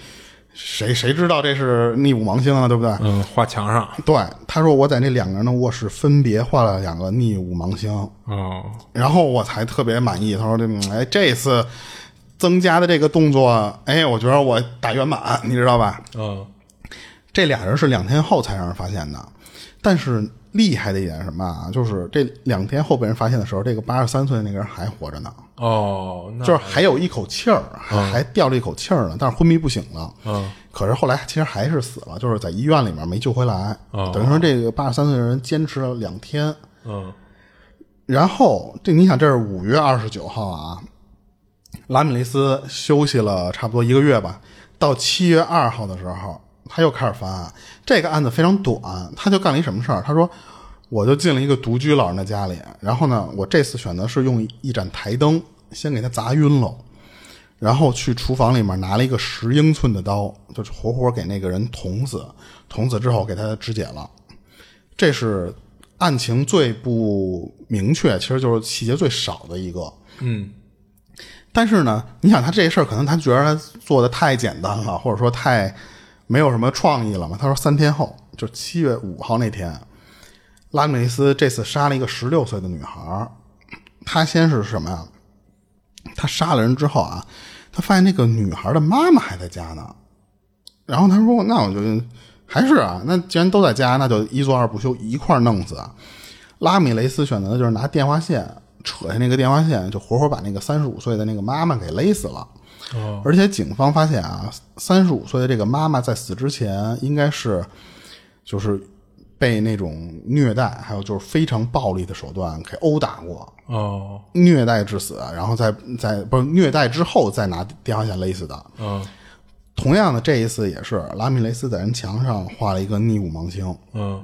谁谁知道这是逆五芒星啊，对不对？
嗯，画墙上。
对，他说我在那两个人的卧室分别画了两个逆五芒星，
哦，
然后我才特别满意。他说这嗯哎这次增加的这个动作，哎，我觉得我打圆满，你知道吧？
嗯，
这俩人是两天后才让人发现的，但是厉害的一点是什么啊？就是这两天后被人发现的时候，这个八十三岁的那个人还活着呢，
哦，那
就是还有一口气儿，啊还还吊了一口气儿呢，但是昏迷不醒了。
嗯，
可是后来其实还是死了，就是在医院里面没救回来。
哦
等于说这个八十三岁的人坚持了两天，
嗯，
然后这你想，这是五月二十九号啊，拉米雷斯休息了差不多一个月吧，到七月二号的时候，他又开始翻案。这个案子非常短，他就干了一什么事儿？他说，我就进了一个独居老人的家里，然后呢，我这次选择是用一盏台灯先给他砸晕了。然后去厨房里面拿了一个十英寸的刀，就是活活给那个人捅死。捅死之后给他肢解了，这是案情最不明确，其实就是细节最少的一个。
嗯，
但是呢，你想他这事儿，可能他觉得他做的太简单了，或者说太没有什么创意了嘛。他说三天后，就七月五号那天，拉米雷斯这次杀了一个十六岁的女孩儿。他先是什么呀？他杀了人之后啊，他发现那个女孩的妈妈还在家呢。然后他说：“那我就还是啊，那既然都在家，那就一做二不休，一块儿弄死。”啊拉米雷斯选择的就是拿电话线扯下那个电话线，就活活把那个三十五岁的那个妈妈给勒死了。
哦，
而且警方发现啊，三十五岁的这个妈妈在死之前应该是就是被那种虐待，还有就是非常暴力的手段给殴打过，
哦，
虐待致死，然后再再不是虐待之后再拿电话线勒死的。
嗯，
同样的，这一次也是拉米雷斯在人墙上画了一个逆五芒星，
嗯，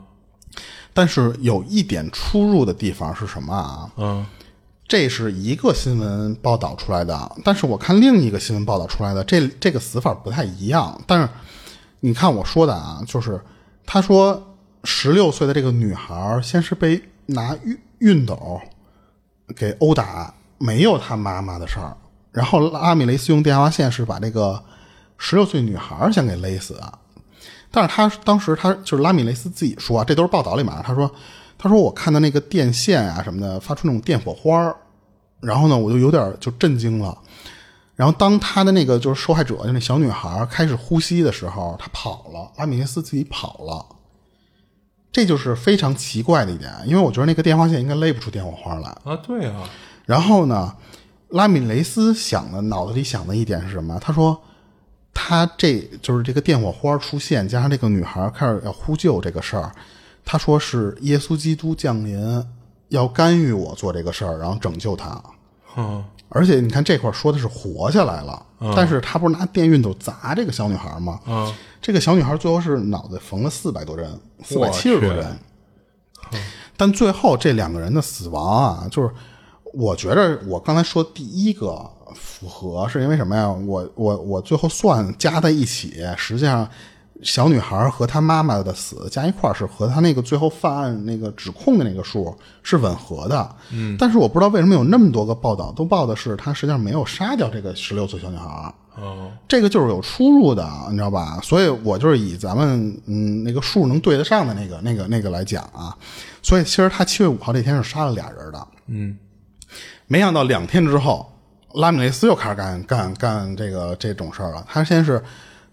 但是有一点出入的地方是什么啊？
嗯，
这是一个新闻报道出来的，但是我看另一个新闻报道出来的，这这个死法不太一样。但是你看我说的啊，就是他说十六岁的这个女孩儿先是被拿熨熨斗给殴打，没有她妈妈的事儿。然后拉米雷斯用电话线是把这个十六岁女孩儿先给勒死啊。但是他当时他就是拉米雷斯自己说啊，这都是报道里面啊，他说他说我看到那个电线啊什么的发出那种电火花儿然后呢我就有点儿就震惊了。然后当他的那个就是受害者，就那小女孩儿开始呼吸的时候，她跑了，拉米雷斯自己跑了。这就是非常奇怪的一点，啊因为我觉得那个电话线应该勒不出电火花来。
啊，对啊，
然后呢，拉米雷斯想的脑子里想的一点是什么？他说，他这就是这个电火花出现，加上这个女孩开始要呼救这个事儿，他说是耶稣基督降临要干预我做这个事儿，然后拯救他。
嗯，
而且你看这块儿说的是活下来了，但是他不是拿电熨斗砸这个小女孩吗？
嗯，
这个小女孩最后是脑袋缝了四百多针，四
我
百七十多
去
针。但最后这两个人的死亡啊，就是我觉着我刚才说第一个符合是因为什么呀？我我我最后算加在一起，实际上小女孩和她妈妈的死加一块儿是和她那个最后犯案那个指控的那个数是吻合的。嗯，但是我不知道为什么有那么多个报道都报的是她实际上没有杀掉这个十六岁小女孩儿。
哦，
这个就是有出入的，啊你知道吧？所以我就是以咱们嗯那个数能对得上的那个那个那个来讲啊。所以其实他七月五号这天是杀了俩人的，嗯，没想到两天之后，拉米雷斯又开始干干干这个这种事儿了。他先是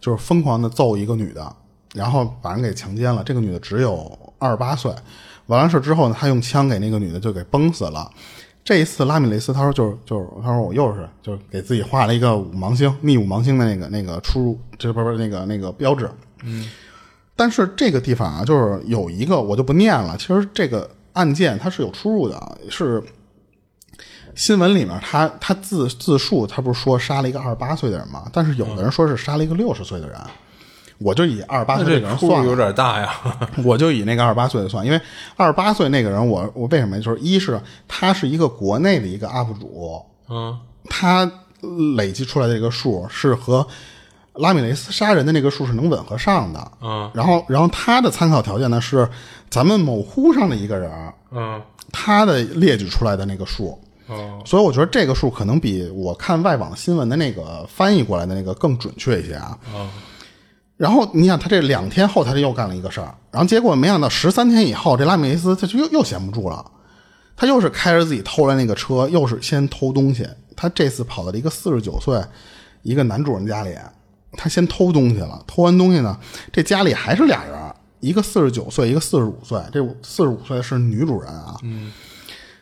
就是疯狂的揍一个女的，然后把人给强奸了。这个女的只有二十八岁。完了事儿之后呢，他用枪给那个女的就给崩死了。这一次拉米雷斯他说就是就是他说我又是就是给自己画了一个五芒星逆五芒星的那个那个出入这不是不是那个那个标志，但是这个地方啊，就是有一个我就不念了。其实这个案件它是有出入的，啊是新闻里面他他自自述，他不是说杀了一个二十八岁的人吗？但是有的人说是杀了一个六十岁的人，啊我就以二十八
那
岁
这
这个人
出
算
入
了
有点 大呀。
我就以那个二十八岁的算，因为二十八岁那个人我，我为什么就是一是他是一个国内的一个 UP 主，
嗯，
他累积出来的这个数是和拉米雷斯杀人的那个数是能吻合上的，
嗯，
然后然后他的参考条件呢是咱们某乎上的一个人，
嗯，
他的列举出来的那个数，
哦，
所以我觉得这个数可能比我看外网新闻的那个翻译过来的那个更准确一些啊。然后你想，他这两天后他就又干了一个事儿，然后结果没想到十三天以后，这拉米雷斯他就又又闲不住了，他又是开着自己偷来那个车，又是先偷东西。他这次跑到了一个四十九岁一个男主人家里，他先偷东西了。偷完东西呢，这家里还是俩人，一个四十九岁，一个四十五岁。这四十五岁是女主人啊。嗯。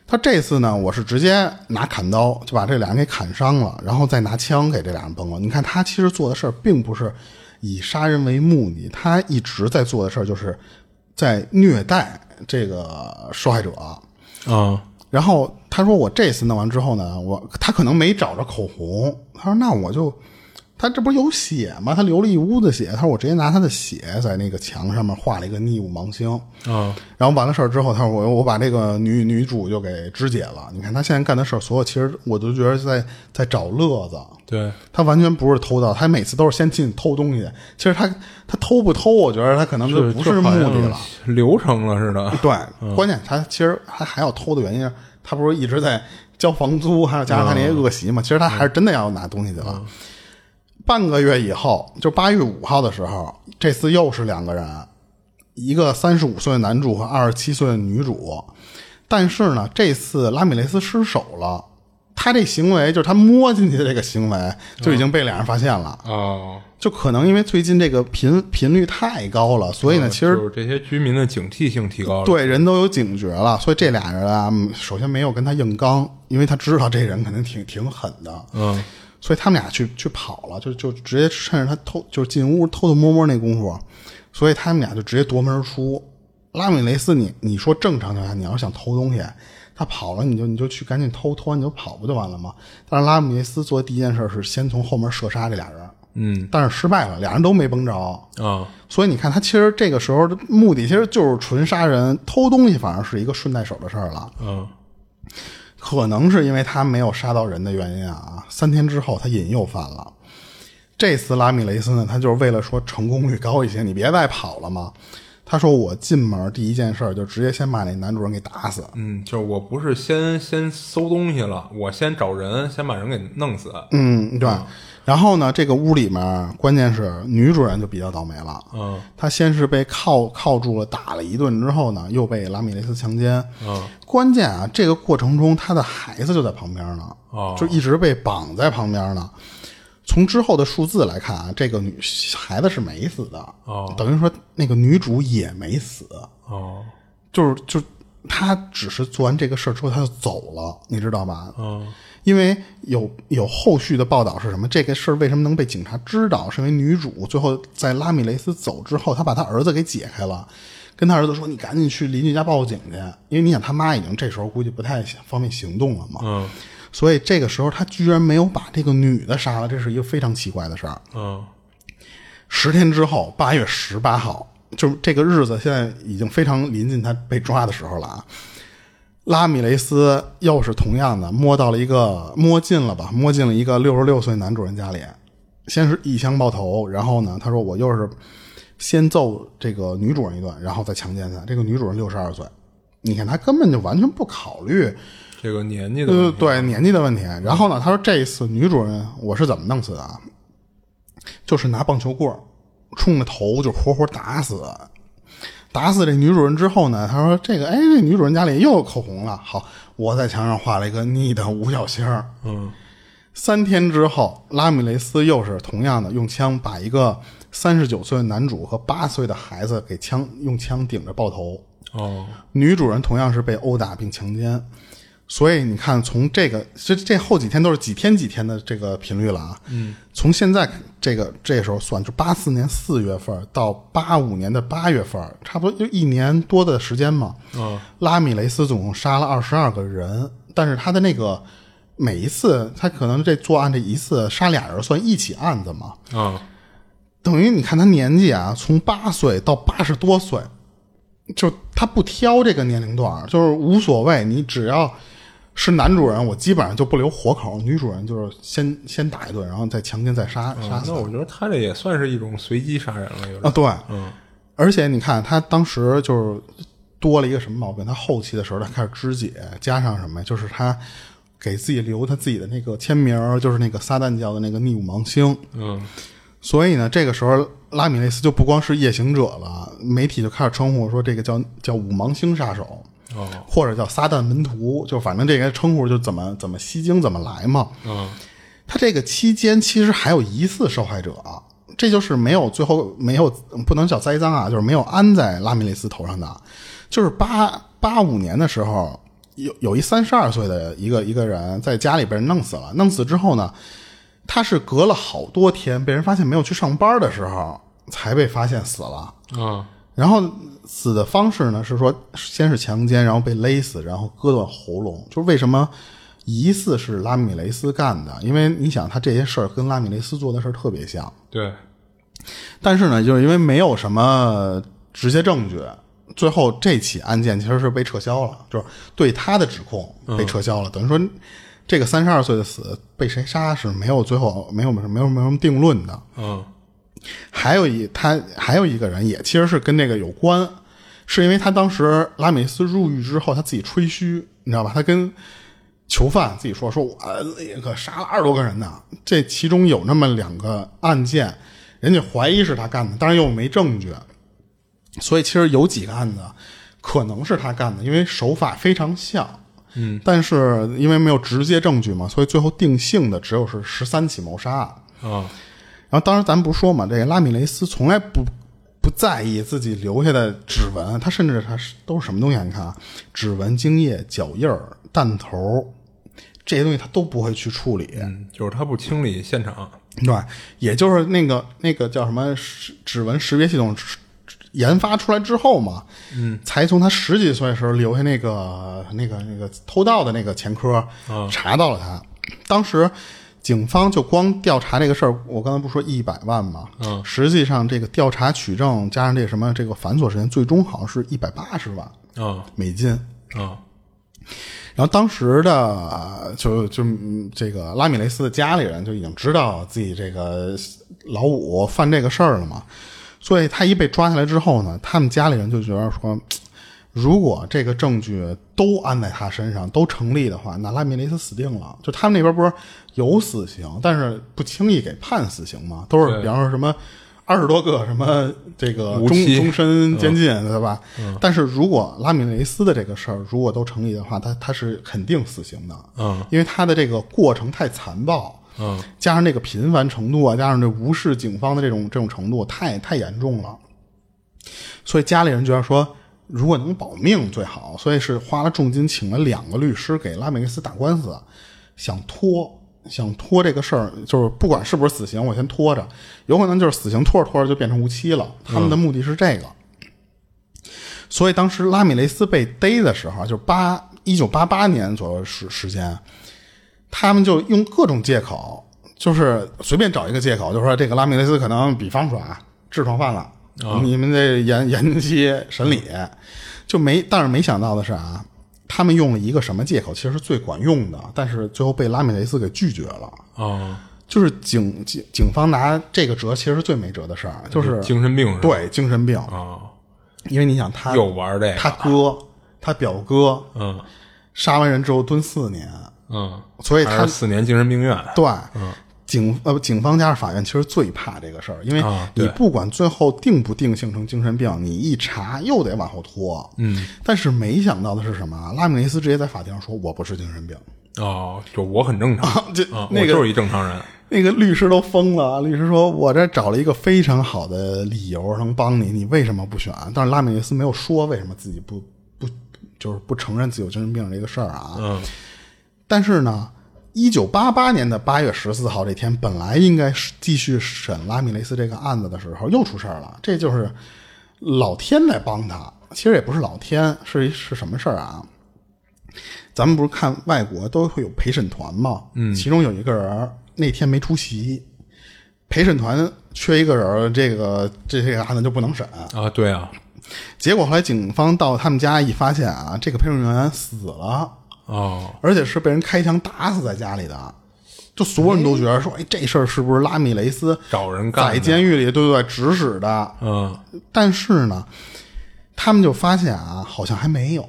他这次呢，我是直接拿砍刀就把这俩人给砍伤了，然后再拿枪给这俩人崩了。你看他其实做的事儿并不是以杀人为目的，他一直在做的事儿就是在虐待这个受害者。嗯
啊，
然后他说我这次弄完之后呢，我他可能没找着口红，他说那我就，他这不是有血吗？他流了一屋子血，他说我直接拿他的血在那个墙上面画了一个逆五芒星，
啊，
然后完了事儿之后，他说我我把这个女女主就给肢解了。你看他现在干的事儿，所有其实我都觉得在在找乐子，
对，
他完全不是偷盗，他每次都是先进偷东西。其实他他偷不偷，我觉得他可能就不是目的了。，
流程了似的。
对，关键他其实还还要偷的原因是，他不是一直在交房租，还有加上他那些恶习嘛？其实他还是真的要拿东西去了。半个月以后，就八月五号的时候，这次又是两个人，一个三十五岁的男主和二十七岁的女主。但是呢，这次拉米雷斯失手了，他这行为就是他摸进去的这个行为就已经被俩人发现了。
哦，
就可能因为最近这个频频率太高了，所以呢，其实
嗯就是这些居民的警惕性提高了。，
对，人都有警觉了，所以这俩人啊，嗯首先没有跟他硬刚，因为他知道这人肯定挺挺狠的，
嗯，
所以他们俩去去跑了，就就直接趁着他偷，就是进屋偷偷摸摸那功夫，所以他们俩就直接夺门而出。拉米雷斯你，你说正常情况下，你要想偷东西，他跑了，你就你就去赶紧偷，偷完你就跑不就完了吗？但是拉米雷斯做的第一件事是先从后门射杀这俩人，
嗯，
但是失败了，俩人都没崩着。
啊，
所以你看，他其实这个时候的目的其实就是纯杀人，偷东西反而是一个顺带手的事儿了。
嗯，
可能是因为他没有杀到人的原因啊，三天之后他瘾又犯了。这次拉米雷斯呢，他就是为了说成功率高一些，你别再跑了嘛。他说我进门第一件事儿就直接先把那男主人给打死，
嗯，就是我不是先先搜东西了，我先找人，先把人给弄死。
嗯，对。然后呢，这个屋里面关键是女主人就比较倒霉了，
嗯，
她先是被铐铐住了，打了一顿之后呢，又被拉米雷斯强奸。
嗯，
关键啊，这个过程中她的孩子就在旁边呢，
哦
就一直被绑在旁边呢。从之后的数字来看啊，这个女孩子是没死的，
哦
等于说那个女主也没死，
哦，
就是就她只是做完这个事儿之后她就走了，你知道吧？
嗯，
因为有有后续的报道是什么？这个事儿为什么能被警察知道？是因为女主最后在拉米雷斯走之后，她把她儿子给解开了，跟她儿子说：“你赶紧去邻居家报警去，因为你想他妈已经这时候估计不太方便行动了嘛。”
嗯，
所以这个时候她居然没有把这个女的杀了，这是一个非常奇怪的事儿。
嗯，
十天之后，八月十八号，就是这个日子，现在已经非常临近他被抓的时候了啊。拉米雷斯又是同样的摸到了一个摸进了吧，摸进了一个六十六岁男主人家里，先是一枪爆头，然后呢，他说我又是先揍这个女主人一顿，然后再强奸她。这个女主人六十二岁，你看他根本就完全不考虑
这个年纪的
对
问题，
呃对年纪的问题。然后呢，他说这一次女主人我是怎么弄死的啊？就是拿棒球棍儿冲着头就活活打死。打死这女主人之后呢，他说这个哎，这女主人家里又有口红了。好，我在墙上画了一个你的五角星。嗯，三天之后，拉米雷斯又是同样的用枪把一个三十九岁的男主和八岁的孩子给枪用枪顶着爆头。
哦，
女主人同样是被殴打并强奸。所以你看，从这个这这后几天都是几天几天的这个频率了啊。嗯，从现在这个这时候算，就八四年四月份到八五年的八月份，差不多就一年多的时间嘛。
嗯，
拉米雷斯总共杀了二十二个人，但是他的那个每一次，他可能这作案这一次杀俩人算一起案子嘛。
啊，
等于你看他年纪啊，从八岁到八十多岁，就他不挑这个年龄段儿，就是无所谓，你只要是男主人，我基本上就不留活口，女主人就是先先打一顿，然后再强奸再杀杀
哦那
死
我觉得他这也算是一种随机杀人了，有
啊，
点，
对，
嗯，
而且你看他当时就是多了一个什么毛病，他后期的时候他开始肢解，加上什么呀，就是他给自己留他自己的那个签名儿，就是那个撒旦教的那个逆五芒星，
嗯，
所以呢，这个时候拉米雷斯就不光是夜行者了，媒体就开始称呼说这个叫叫五芒星杀手，
哦，
或者叫撒旦门徒，就反正这个称呼就怎么怎么吸睛怎么来嘛。
嗯，
他这个期间其实还有疑似受害者，啊这就是没有最后没有不能叫栽赃啊，就是没有安在拉米雷斯头上的，就是八八五年的时候，有有一三十二岁的一个一个人在家里被人弄死了，弄死之后呢，他是隔了好多天被人发现没有去上班的时候才被发现死了。
啊，
然后死的方式呢是说，先是强奸，然后被勒死，然后割断喉咙。就是为什么疑似是拉米雷斯干的？因为你想，他这些事儿跟拉米雷斯做的事儿特别像，
对，
但是呢，就是因为没有什么直接证据， 最后这起案件其实是被撤销了，就是对他的指控被撤销了。等于说，这个三十二岁的死被谁杀是没有最后没有没有没有没有什么定论的。
嗯，
还有一他还有一个人也其实是跟这个有关，是因为他当时拉美斯入狱之后，他自己吹嘘，你知道吧？他跟囚犯自己说：“说我呃那个杀了二十多个人呢，这其中有那么两个案件，人家怀疑是他干的，但是又没证据，所以其实有几个案子可能是他干的，因为手法非常像。”嗯，但是因为没有直接证据嘛，所以最后定性的只有是十三起谋杀案。
啊，
然后当时咱们不是说嘛，这个拉米雷斯从来不不在意自己留下的指纹，他甚至他是都是什么东西啊？你看啊，指纹、精液、脚印儿、弹头这些东西他都不会去处理。
嗯，就是他不清理现场，
对，也就是那个那个叫什么识指纹识别系统研发出来之后嘛，嗯，才从他十几岁的时候留下那个那个那个偷盗的那个前科，查到了他。当时警方就光调查这个事儿，我刚才不是说一百万嘛，嗯，实际上这个调查取证加上这什么这个繁琐时间，最终好像是一百八十万
啊，
美金。
啊，
然后当时的呃就就嗯这个拉米雷斯的家里人就已经知道自己这个老五犯这个事儿了嘛，所以他一被抓下来之后呢，他们家里人就觉得说，嗯如果这个证据都安在他身上都成立的话，那拉米雷斯死定了。就他们那边不是有死刑，但是不轻易给判死刑嘛，都是
对
比方说什么。二十多个什么这个
无
终
期
终身监禁，对吧？
嗯
但是如果拉米雷斯的这个事儿如果都成立的话，他他是肯定死刑的，
嗯，
因为他的这个过程太残暴，
嗯，
加上这个频繁程度啊，加上这无视警方的这种这种程度，太太严重了。所以家里人觉得说，如果能保命最好，所以是花了重金请了两个律师给拉美克斯打官司，想拖。想拖这个事儿，就是不管是不是死刑，我先拖着，有可能就是死刑拖着拖着就变成无期了。他们的目的是这个，所以当时拉米雷斯被逮的时候，就八一九八八年左右时时间，他们就用各种借口，就是随便找一个借口，就说这个拉米雷斯可能，比方说啊，制床犯了，你们得延延期审理，就没，但是没想到的是啊，他们用了一个什么借口，其实是最管用的，但是最后被拉米雷斯给拒绝了。
哦，
就是警警警方拿这个折，其实是最没辙的事儿，就是
精神病是吧？
对精神病，
啊，
因为你想他
又玩这个，
他哥他表哥
嗯
杀完人之后蹲四年，
嗯，
所以他
四年精神病院，
对，
嗯
警呃不警方加上法院其实最怕这个事儿，因为
啊
你
对
不管最后定不定性成精神病，你一查又得往后拖。嗯，但是没想到的是什么啊？拉米雷斯直接在法庭上说我不是精神病，
哦，就我很正常，
这
啊，
那
我
个
就是一正常人，
那个律师都疯了，啊律师说：“我这找了一个非常好的理由能帮你，你为什么不选？”啊但是拉米雷斯没有说为什么自己不不就是不承认自己有精神病这个事儿啊。
嗯
但是呢，一九八八年的八月十四号这天，本来应该是继续审拉米雷斯这个案子的时候，又出事儿了。这就是老天在帮他，其实也不是老天，是是什么事儿啊？咱们不是看外国都会有陪审团吗？嗯，其中有一个人儿那天没出席，陪审团缺一个人儿，这个这这个案子就不能审。
啊，对啊，
结果后来警方到他们家一发现啊，这个陪审员死了。
哦，
而且是被人开枪打死在家里的，就所有人都觉得说，哎，这事儿是不是拉米雷斯
找人干
在
的，
监狱里对对对指使的？
嗯
但是呢，他们就发现啊，好像还没有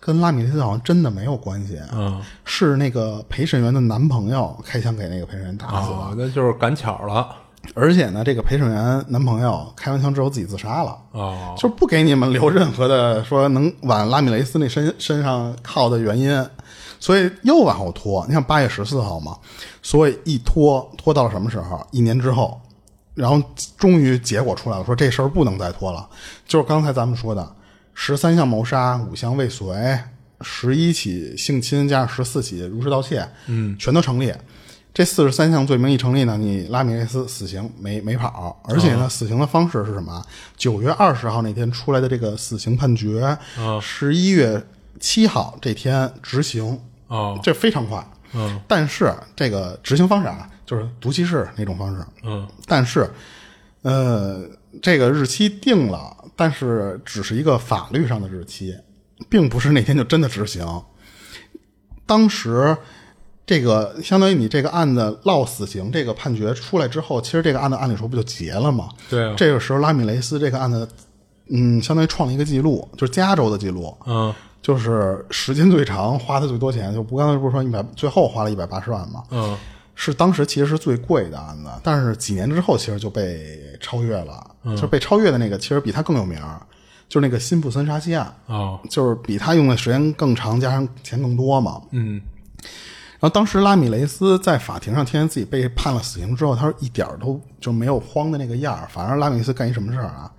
跟拉米雷斯好像真的没有关系，啊
嗯，
是那个陪审员的男朋友开枪给那个陪审员打死的，
哦，那就是赶巧了，
而且呢，这个陪审员男朋友开完枪之后自己自杀了。
哦，
就不给你们留任何的说能往拉米雷斯那身身上靠的原因，所以又往后拖。你像八月十四号嘛，所以一拖拖到了什么时候？一年之后，然后终于结果出来了，说这事儿不能再拖了。就是刚才咱们说的，十三项谋杀，五项未遂，十一起性侵加上十四起如实盗窃，嗯，全都成立。这四十三项罪名一成立呢，你拉米雷斯死刑没没跑，而且呢，死刑的方式是什么？九月二十号那天出来的这个死刑判决，十一月七号这天执行，
哦，
这非常快。
嗯
但是这个执行方式啊，就是毒气室那种方式。
嗯，
但是，呃，这个日期定了，但是只是一个法律上的日期，并不是那天就真的执行。当时，这个相当于你这个案子落死刑这个判决出来之后，其实这个案子按理说不就结了吗？
对啊，
这个时候，拉米雷斯这个案子，嗯，相当于创了一个记录，就是加州的记录。
嗯
就是时间最长，花的最多钱。就不刚才不是说一百，最后花了一百八十万吗？
嗯，
是当时其实是最贵的案子，但是几年之后其实就被超越了。
嗯
就被超越的那个其实比他更有名儿，就是那个辛普森杀妻案，
哦，
就是比他用的时间更长，加上钱更多嘛。
嗯
然后当时拉米雷斯在法庭上听见自己被判了死刑之后，他说一点儿都就没有慌的那个样儿。反而拉米雷斯干一什么事儿啊？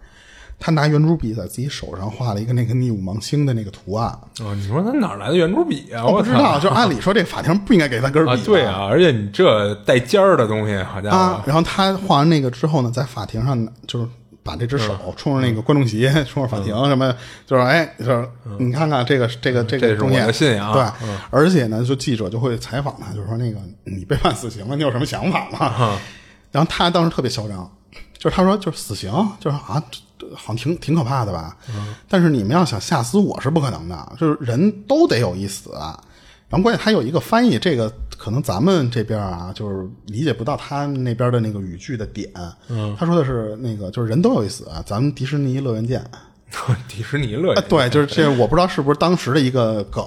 他拿圆珠笔在自己手上画了一个那个逆五芒星的那个图案。
哦，你说他哪儿来的圆珠笔啊？
我不
我
知
操！
道，就按理说这法庭不应该给他根儿
啊
笔、，
对。啊，而且你这带尖儿的东西，好家
啊
伙，，
然后他画完那个之后呢，在法庭上就是把这只
嗯
手冲着那个观众席，冲着法庭什么，就是哎，就是
嗯
你看看这个这个这
这
个
是
东
我
西，
的信仰啊嗯
对，而且呢，就记者就会采访他，就说那个你被判死刑了，你有什么想法
啊
吗？然后他当时特别嚣张，就是他说就是死刑，就是啊，这这好像挺挺可怕的吧？
嗯
但是你们要想吓死我是不可能的，就是人都得有一死。啊然后关键他有一个翻译，这个可能咱们这边啊，就是理解不到他那边的那个语句的点。嗯，他说的是那个就是人都有一死，啊咱们迪士尼乐园见。
迪士尼乐
啊
园，，
对，就是这，我不知道是不是当时的一个梗。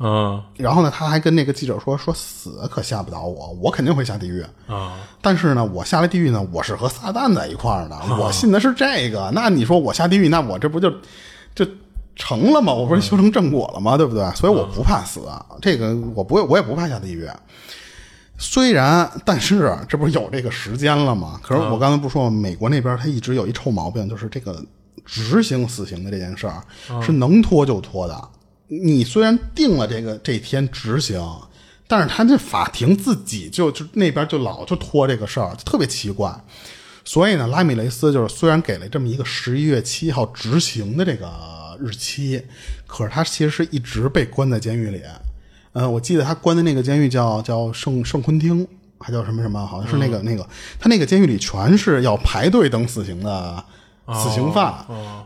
嗯
然后呢，他还跟那个记者说：“说死可吓不倒我，我肯定会下地狱。
啊，
但是呢，我下了地狱呢，我是和撒旦在一块儿的，我信的是这个。那你说我下地狱，那我这不就就成了吗？我不是修成正果了吗？对不对？所以我不怕死，啊这个我不会，我也不怕下地狱。虽然，但是这不是有这个时间了吗？可是我刚才不说，美国那边他一直有一臭毛病，就是这个执行死刑的这件事儿是能拖就拖的。你虽然定了这个这天执行，但是他这法庭自己就就那边就老就拖这个事儿，就特别奇怪。所以呢，拉米雷斯就是虽然给了这么一个十一月七号执行的这个日期，可是他其实是一直被关在监狱里。呃，我记得他关的那个监狱叫叫圣圣昆汀，还叫什么什么，好像是那个、那个，他那个监狱里全是要排队等死刑的死刑犯，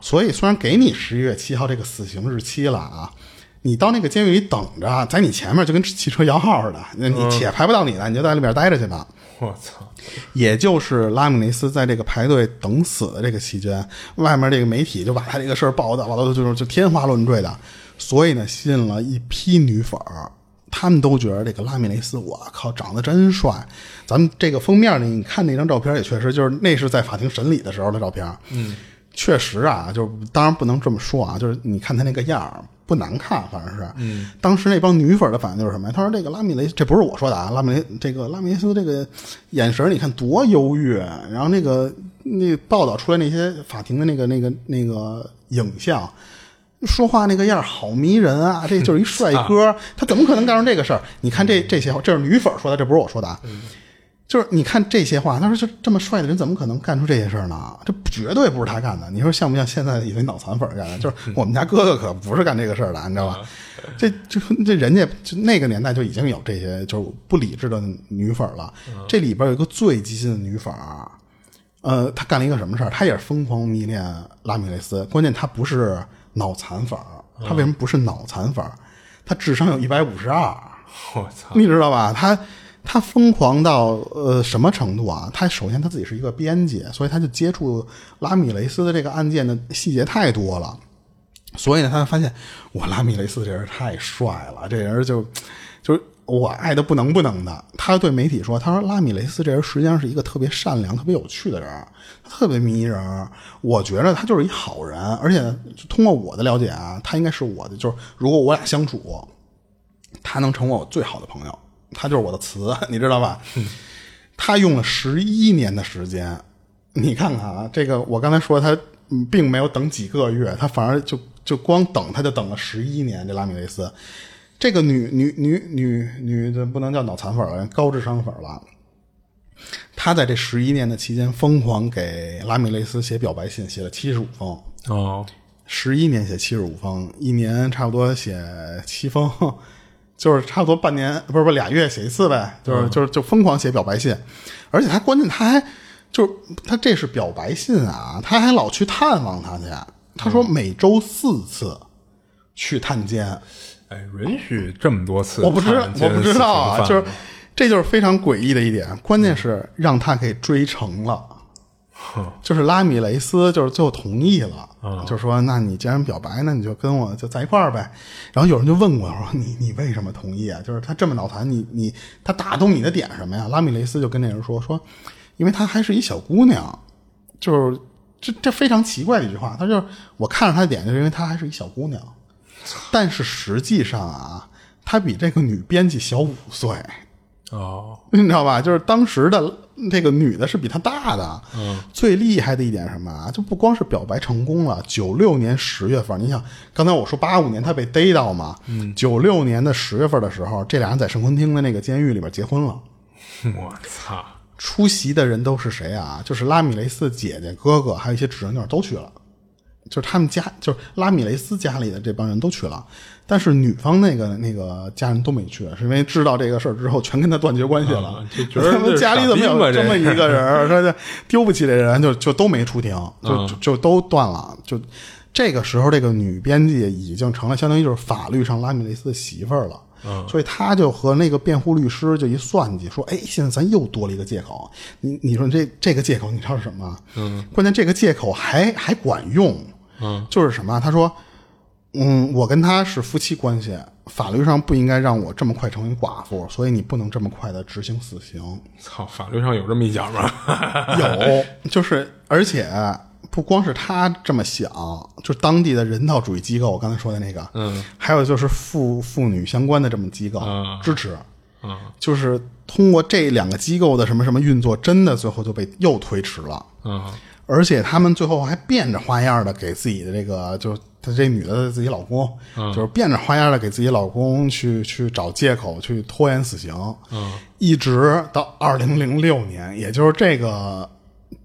所以虽然给你十一月七号这个死刑日期了啊，你到那个监狱里等着，在你前面就跟汽车摇号似的，那你且排不到你了，你就在里边待着去吧。
我操，
也就是拉姆雷斯在这个排队等死的这个期间，外面这个媒体就把他这个事儿报道了，就是就天花乱坠的，所以呢，吸引了一批女粉儿。他们都觉得这个拉米雷斯，我靠，长得真帅！咱们这个封面呢，你看那张照片也确实就是，那是在法庭审理的时候的照片。嗯，确实啊，就是当然不能这么说啊，就是你看他那个样儿不难看，反正是。嗯，当时那帮女粉的反应就是什么呀？他说这个拉米雷，这不是我说的啊，拉米雷这个拉米雷斯这个眼神，你看多忧郁。啊然后那个那报道出来那些法庭的那个那个那个影像。说话那个样儿好迷人啊！这就是一帅哥，他怎么可能干出这个事儿？你看这这些话，这是女粉说的，这不是我说的啊。就是你看这些话，他说这这么帅的人怎么可能干出这些事儿呢？这绝对不是他干的。你说像不像现在有些脑残粉干的？就是我们家哥哥可不是干这个事儿的，你知道吧？这就这人家就那个年代就已经有这些就是不理智的女粉了。这里边有一个最激进的女粉儿，啊呃，她干了一个什么事儿？她也是疯狂迷恋拉米雷斯，关键她不是。脑残粉儿，他为什么不是脑残粉儿？他智商有一百五十二，
我操，
你知道吧？他他疯狂到呃什么程度啊？他首先他自己是一个编辑，所以他就接触拉米雷斯的这个案件的细节太多了，所以呢，他发现我拉米雷斯这人太帅了，这人就就是我爱的不能不能的。他对媒体说：“他说拉米雷斯这人实际上是一个特别善良、特别有趣的人，他特别迷人。我觉得他就是一好人，而且就通过我的了解啊，他应该是我的，就是如果我俩相处，他能成为我最好的朋友，他就是我的词， 你知道吧？他用了十一年的时间，你看看啊，这个我刚才说他嗯并没有等几个月，他反而就就光等他就等了十一年。这拉米雷斯，这个女女女女女的不能叫脑残粉了，高智商粉了。他在这十一年的期间，疯狂给拉米雷斯写表白信，写了七十五封。
哦，
十一年写七十五封，一年差不多写七封， 就是差不多半年，不是不是俩月写一次呗，就是、就是就疯狂写表白信，而且他关键他还就是他这是表白信啊，他还老去探望他去，他说每周四次去探监，
哎，允许这么多次
我不知
探监
我不知道啊，
死
就
刑
是
犯吗
这就是非常诡异的一点，关键是让他给追成了。 就是拉米雷斯，就是最后同意了，
嗯
就说：“那你既然表白，那你就跟我就在一块儿呗。”然后有人就问过，说：“你你为什么同意啊？就是他这么脑残，你你他打动你的点是什么呀？”拉米雷斯就跟那人说：“说，因为她还是一小姑娘，就是这这非常奇怪的一句话。他就是我看上她的点，就是因为她还是一小姑娘，但是实际上啊，她比这个女编辑小五岁。”
哦，
你知道吧？就是当时的这个女的是比他大的。嗯，最厉害的一点是什么啊？就不光是表白成功了，九六年十月份，你想刚才我说八五年他被逮到嘛，九六年的十月份的时候，这俩人在圣昆汀的那个监狱里边结婚了。
我操，
出席的人都是谁啊？就是拉米雷斯姐姐、哥哥，还有一些侄女都去了，就是他们家，就是拉米雷斯家里的这帮人都去了，但是女方那个那个家人都没去，是因为知道这个事儿之后，全跟他断绝关系了，
啊就觉 得
他们家里怎么有这么 一个人儿，说这丢不起这人，就就都没出庭，就就就都断了，就这个时候，这个女编辑已经成了相当于就是法律上拉米雷斯的媳妇儿了。所以他就和那个辩护律师就一算计，说：“哎，现在咱又多了一个借口。你你说这这个借口，你知道是什么？嗯，关键这个借口还还管用。嗯，就是什么？他说，嗯，我跟他是夫妻关系，法律上不应该让我这么快成为寡妇，所以你不能这么快的执行死刑。
操，法律上有这么一讲 吗？
有，就是而且不光是他这么想，就当地的人道主义机构，我刚才说的那个，嗯，还有就是妇妇女相关的这么机构、
嗯
支持，
嗯，
就是通过这两个机构的什么什么运作，真的最后就被又推迟了。
嗯，
而且他们最后还变着花样的给自己的这个，就是她这女的自己老公，就是变着花样的给自己老公去去找借口去拖延死刑，嗯，一直到二零零六年，也就是这个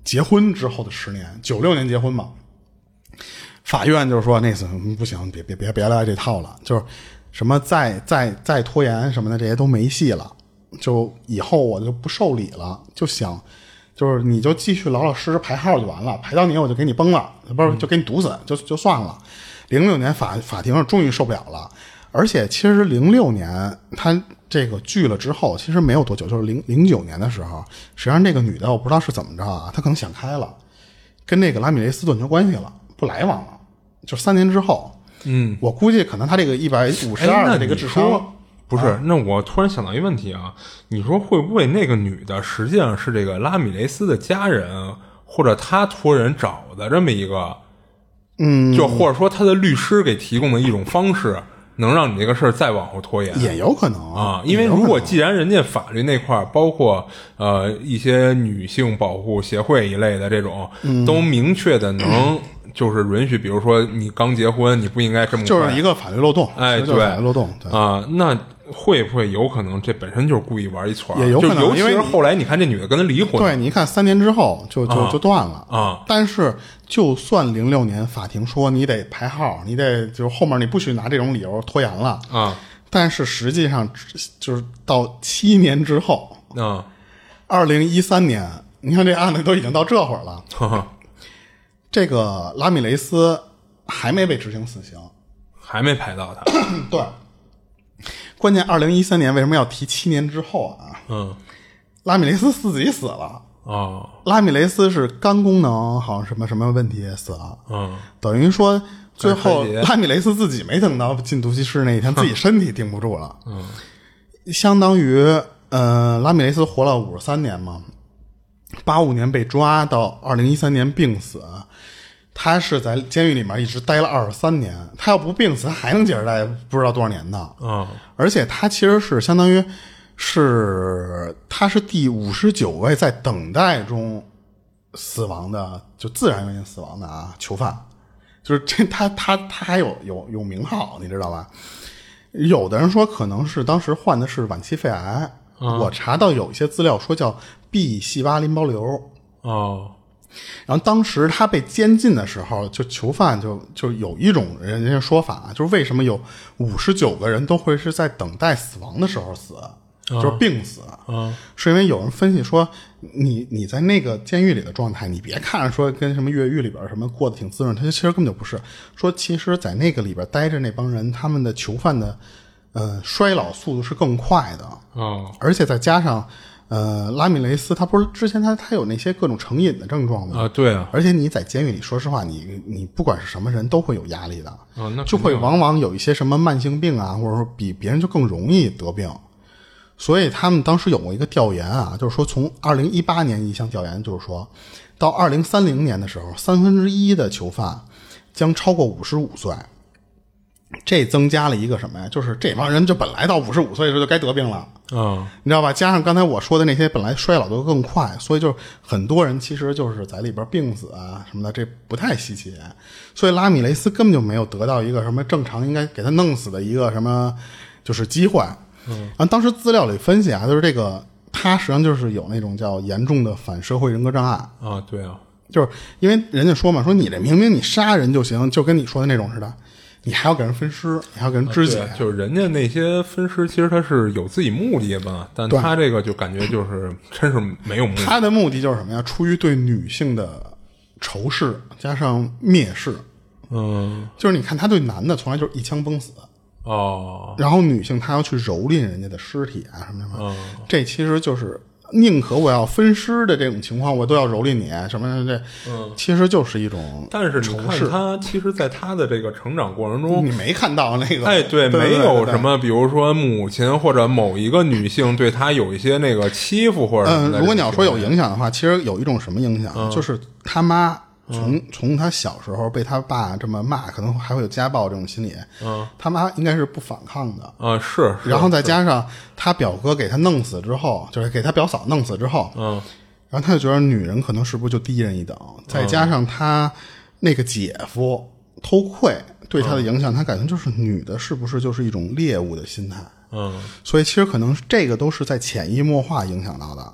结婚之后的十年，九六年结婚嘛，法院就是说那次嗯不行，别别别别来这套了，就是什么再再再拖延什么的，这些都没戏了，就以后我就不受理了，就想就是你就继续老老实实排号就完了，排到你我就给你崩了，不是就给你堵死，就就算了。零六年法法庭上终于受不了了，而且其实零六年他这个聚了之后，其实没有多久，就是零零九年的时候，实际上这个女的我不知道是怎么着啊，她可能想开了，跟那个拉米雷斯断绝关系了，不来往了。就三年之后，
嗯，
我估计可能她这个一百五
哎
十二
那
的这个
你
智
说
商，
不是，
嗯
那我突然想到一个问题啊，你说会不会那个女的实际上是这个拉米雷斯的家人，或者他托人找的这么一个，
嗯，
就或者说他的律师给提供的一种方式，能让你这个事儿再往后拖延？
也有可能
啊，因为
也有可
如
能
果既然人家法律那块儿，包括呃一些女性保护协会一类的这种，
嗯
都明确的能就是允许，比如说你刚结婚，你不应该这么
就是
快
一个法律漏洞，
哎，
其实就
对，
是法律漏洞，对，
啊，那会不会有可能这本身就是故意玩一撮儿？
也有
就
可能
尤其
因为
是
你
后来你看这女的跟他离婚，
对，你看三年之后就就、
啊
就断了
啊
但是就算零六年法庭说你得排号，你得就是后面你不许拿这种理由拖延了，
啊
但是实际上就是到七年之后，
啊，
二零一三年，你看这案子都已经到这会儿了，
哈哈，
这个拉米雷斯还没被执行死刑。
还没排到他，
嗯对，关键二零一三年为什么要提七年之后啊？
嗯
拉米雷斯自己死了。
哦
拉米雷斯是肝功能好像什么什么问题死了，
嗯
等于说最后
很团结
拉米雷斯自己没等到进毒气室那一天，自己身体顶不住了，相当于呃，拉米雷斯活了五十三年嘛，八五年被抓到二零一三年病死，他是在监狱里面一直待了二十三年，他要不病死，他还能接着待不知道多少年呢。
嗯
而且他其实是相当于是他是第五十九位在等待中死亡的，就自然原因死亡的啊囚犯，就是这他他他还有有有名号，你知道吧？有的人说可能是当时患的是晚期肺癌，我查到有一些资料说叫 B 细胞淋巴瘤。
哦
然后当时他被监禁的时候，就囚犯就就有一种人人家说法，啊就是为什么有五十九个人都会是在等待死亡的时候死，就是病死，
啊
是因为有人分析说，你你在那个监狱里的状态，你别看着说跟什么越狱里边什么过得挺滋润，他其实根本就不是。说其实，在那个里边待着那帮人，他们的囚犯的呃衰老速度是更快的，
哦
而且再加上。呃，拉米雷斯他不是之前他他有那些各种成瘾的症状吗？
啊，对啊，
而且你在监狱里，说实话，你你不管是什么人都会有压力的，
哦那
就会往往有一些什么慢性病啊，或者说比别人就更容易得病。所以他们当时有过一个调研啊，就是说从二零一八年一项调研，就是说到二零三零年的时候，三分之一的囚犯将超过五十五岁。这增加了一个什么呀？就是这帮人就本来到五十五岁的时候就该得病了，
嗯
你知道吧？加上刚才我说的那些，本来衰老都更快，所以就是很多人其实就是在里边病死啊什么的，这不太稀奇。所以拉米雷斯根本就没有得到一个什么正常应该给他弄死的一个什么就是机会。嗯，然后当时资料里分析啊，就是这个他实际上就是有那种叫严重的反社会人格障碍，
啊，对啊，
就是因为人家说嘛，说你这明明你杀人就行，就跟你说的那种似的，你还要给人分尸，你还要给人肢解，
对啊就是人家那些分尸，其实他是有自己目的吧，但
对
他这个就感觉就是真是没有目的。
他的目的就是什么呀？出于对女性的仇视加上蔑视，
嗯，
就是你看他对男的从来就是一枪崩死，
哦，
然后女性她要去蹂躏人家的尸体啊什么什么，
嗯
这其实就是宁可我要分尸的这种情况，我都要蹂躏你啊什么什么这，其实就是一种
嗯但是你
仇
看
视。
他，其实，在他的这个成长过程
你
中，
没看到那个？
哎，对，
对
没
对
有什。
对对
么，比如说母亲或者某一个女性对他有一些那个欺负或者什么
嗯，
的嗯
如果你要说有
这种
影响的话，其实有一种什么影响，就是他妈
嗯
从、从他小时候被他爸这么骂，可能还会有家暴这种心理。嗯，他妈应该是不反抗的，
啊，是，是
然后再加上他表哥给他弄死之后，就是给他表嫂弄死之后，
嗯，
然后他就觉得女人可能是不是就低人一等，再加上他那个姐夫偷窥对他的
嗯
影响，他感觉就是女的是不是就是一种猎物的心态。
嗯
所以其实可能这个都是在潜移默化影响到的。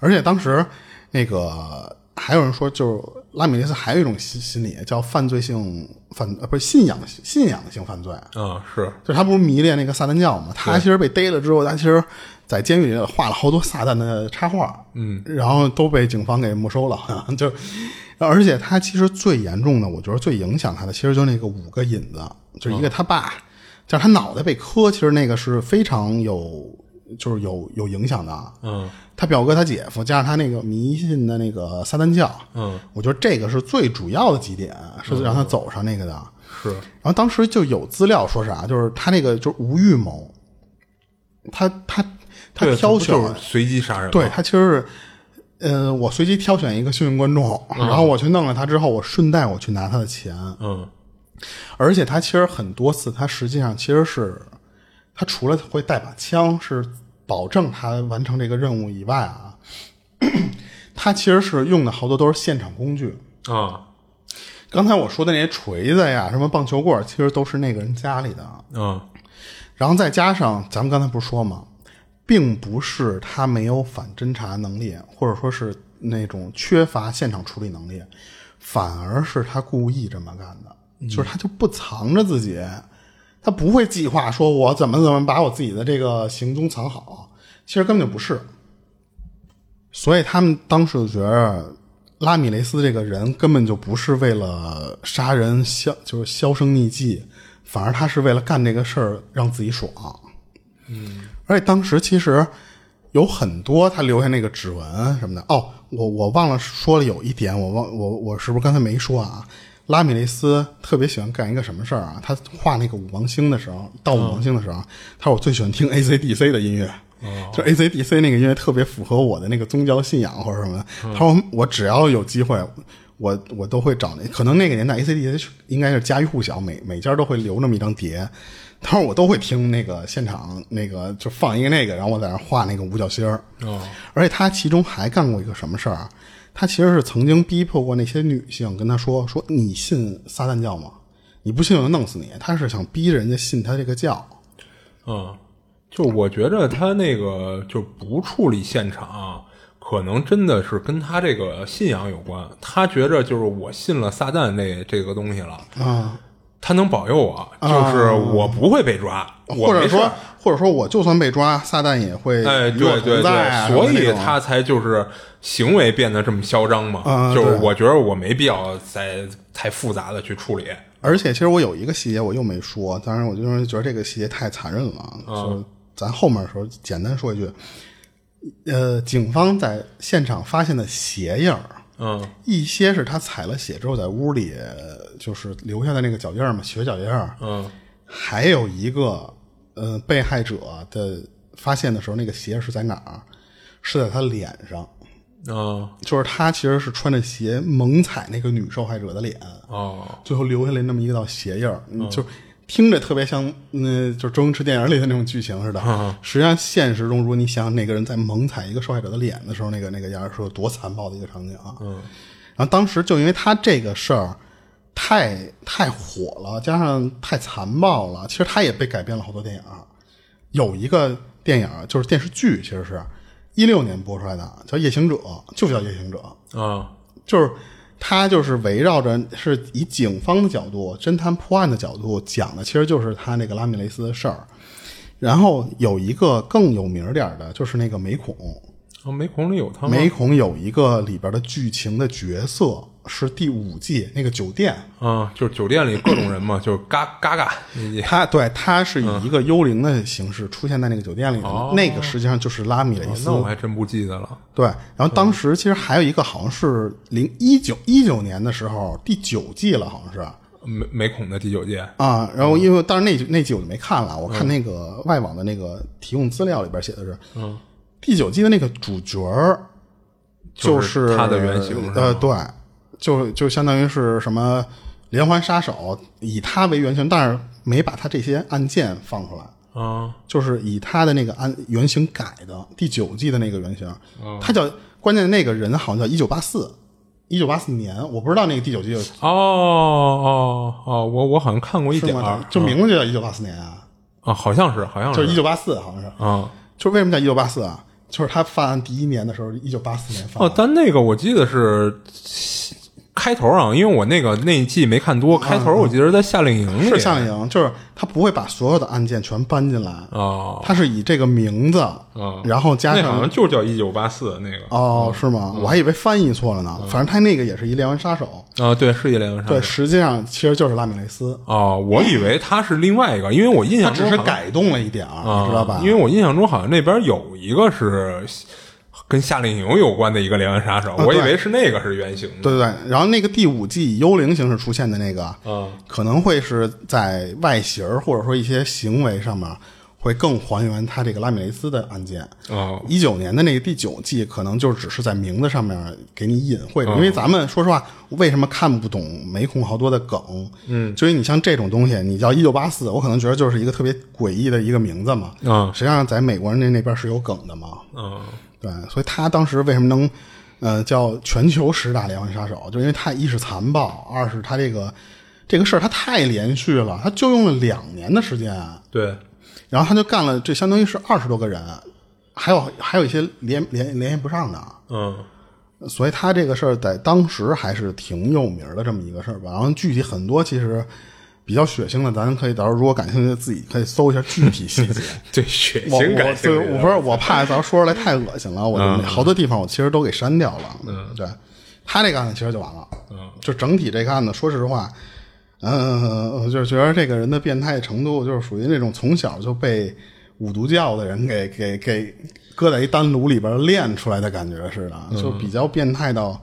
而且当时那个还有人说，就是拉米雷斯还有一种心心理叫犯罪性犯，呃，不是信仰信仰性犯罪，
嗯是，
就是他不是迷恋那个撒旦教嘛？他其实被逮了之后，他其实在监狱里画了好多撒旦的插画，嗯，然后都被警方给没收了， 好像就。而且他其实最严重的，我觉得最影响他的，其实就是那个五个引子，就是一个他爸，但是他脑袋被磕，其实那个是非常有就是有有影响的啊。
嗯
他表哥、他姐夫加上他那个迷信的那个撒旦教，
嗯，
我觉得这个是最主要的几点，是让他走上那个的。
是
然后当时就有资料说啥，就是他那个就是无预谋，他他他
对
挑
不
选
就是随机杀人吗，
对他其实是，呃，我随机挑选一个幸运观众，然后我去弄了他之后，我顺带我去拿他的钱，
嗯
而且他其实很多次，他实际上其实是，他除了会带把枪是保证他完成这个任务以外啊， 他其实是用的好多都是现场工具。
啊
刚才我说的那些锤子呀，什么棒球棍儿，其实都是那个人家里的。啊
嗯
然后再加上咱们刚才不是说吗，并不是他没有反侦查能力，或者说是那种缺乏现场处理能力，反而是他故意这么干的，就是他就不藏着自己，他不会计划说我怎么怎么把我自己的这个行踪藏好，其实根本就不是。所以他们当时就觉得拉米雷斯这个人根本就不是为了杀人销，就是销声匿迹，反而他是为了干这个事儿让自己爽。嗯，而且当时其实有很多他留下那个指纹什么的。哦，我我忘了说了有一点，我忘我我是不是刚才没说啊？拉米雷斯特别喜欢干一个什么事儿啊？他画那个五芒星的时候，到五芒星的时候，他说我最喜欢听 AC/DC 的音乐。就 AC/DC 那个音乐特别符合我的那个宗教信仰或者什么的。他说我只要有机会，我我都会找那，可能那个年代 AC/DC 应该是家喻户晓，每每家都会留那么一张碟。他说我都会听那个现场那个就放一个那个，然后我在那儿画那个五角星儿。
哦
而且他其中还干过一个什么事儿啊？他其实是曾经逼迫过那些女性，跟他说说你信撒旦教吗？你不信我就弄死你。他是想逼人家信他这个教。
嗯，就我觉着他那个就不处理现场，可能真的是跟他这个信仰有关。他觉着就是我信了撒旦这这个东西了
啊，
他能保佑我，就是我不会被抓，我
或者
没事
说
儿，
或者说我就算被抓，撒旦也会
哎，
与我
对对
同在啊、
对，所
什么那
以
种
他才就是行为变得这么嚣张嘛。
啊
就是
对
我觉得我没必要再太复杂的去处理。
而且其实我有一个细节我又没说，当然我就是觉得这个细节太残忍了，就是咱后面的时候简单说一句，呃，警方在现场发现的鞋印儿，
嗯
一些是他踩了血之后在屋里呃就是留下的那个脚印儿嘛，血脚印儿，
嗯
还有一个呃被害者的发现的时候，那个鞋是在哪儿？是在他脸上，
嗯
就是他其实是穿着鞋猛踩那个女受害者的脸。
哦
最后留下来那么一道鞋印儿，嗯就听着特别像，嗯、就是周星驰电影里的那种剧情似的。实际上，现实中如果你想想那个人在猛踩一个受害者的脸的时候，那个那个样儿是有多残暴的一个场景啊！嗯，然后当时就因为他这个事儿太太火了，加上太残暴了，其实他也被改编了好多电影儿。有一个电影儿就是电视剧，其实是一六年播出来的，叫《夜行者》，就叫《夜行者》。
啊
就是他就是围绕着是以警方的角度、侦探破案的角度讲的，其实就是他那个拉米雷斯的事儿。然后有一个更有名儿点儿的，就是那个美恐。
啊！没孔里有他吗？
美恐有一个里边的剧情的角色是第五季那个酒店，
啊，就是酒店里各种人嘛，就是嘎嘎嘎，你
他对他是以一个幽灵的形式出现在那个酒店里的，那个实际上就是拉米雷斯
哦那我还嗯真不记得了。
对，然后当时其实还有一个好像是零一九一九年的时候第九季了，好像是，
没没孔的第九届
啊，然
嗯
后因为当然那集那集我就没看了，我看那个外网的那个提供资料里边写的是，嗯，第九季的那个主角儿
就是是他的原型是
呃，
吗
对，就就相当于是什么连环杀手，以他为原型，但是没把他这些案件放出来，
啊
就是以他的那个案原型改的第九季的那个原型，
哦
他叫关键那个人好像叫一九八四，一九八四年，我不知道那个第九季
哦哦哦，我我好像看过一
是
点
吗
儿？
就名字就叫一九八四年啊。
啊，好像是好像
就是
是
一九八四，好像是。
啊
就是为什么叫一九八四啊？就是他犯案第一年的时候，一九八四年犯
哦
案。，
但那个我记得是开头啊，因为我那个那一季没看多，开头我记得在夏令营里
是夏令营，就是他不会把所有的案件全搬进来，
哦
他是以这个名字，
嗯
然后加
那好
上
像嗯就叫一九八四那个
哦，是吗？我还以为翻译错了呢。
嗯
反正他那个也是一连环杀手，
啊，对，是一连环杀
对，
手
实际上其实就是拉米雷斯，
哦，我以为他是另外一个，因为我印
他
象
只
中
是
好像
改动了一点儿，
啊，
你知道吧？
因为我印象中好像那边有一个是跟夏令营有关的一个连环杀
啊
手，我以为是那个是原型的。
对对对，然后那个第五季以幽灵形式出现的那个，
嗯，
可能会是在外形儿或者说一些行为上面会更还原他这个拉米雷斯的案件。
哦，
一九年的那个第九季，可能就只是在名字上面给你隐晦了，因为咱们说实话，为什么看不懂没空好多的梗？嗯，就是你像这种东西，你叫一九八四，我可能觉得就是一个特别诡异的一个名字嘛。
嗯
实际上在美国人那那边是有梗的嘛。
嗯，
对，所以他当时为什么能，呃，叫全球十大连环杀手，就因为他一是残暴，二是他这个这个事儿他太连续了，他就用了两年的时间，
对，
然后他就干了这相当于是二十多个人，还有还有一些联联联系不上的，
嗯
所以他这个事儿在当时还是挺有名儿的这么一个事儿吧。然后具体很多其实比较血腥的，咱可以到时候如果感兴趣自己可以搜一下具体细节。
对，血
我
腥感
我对，我不是我怕咱说出来太恶心了，我
嗯
就好多地方我其实都给删掉了。嗯，对，他这个案子其实就完了。嗯，就整体这个案子，说实话，嗯，我就是觉得这个人的变态程度，就是属于那种从小就被五毒教的人给给给搁在一丹炉里边练出来的感觉似
嗯
的，就比较变态到，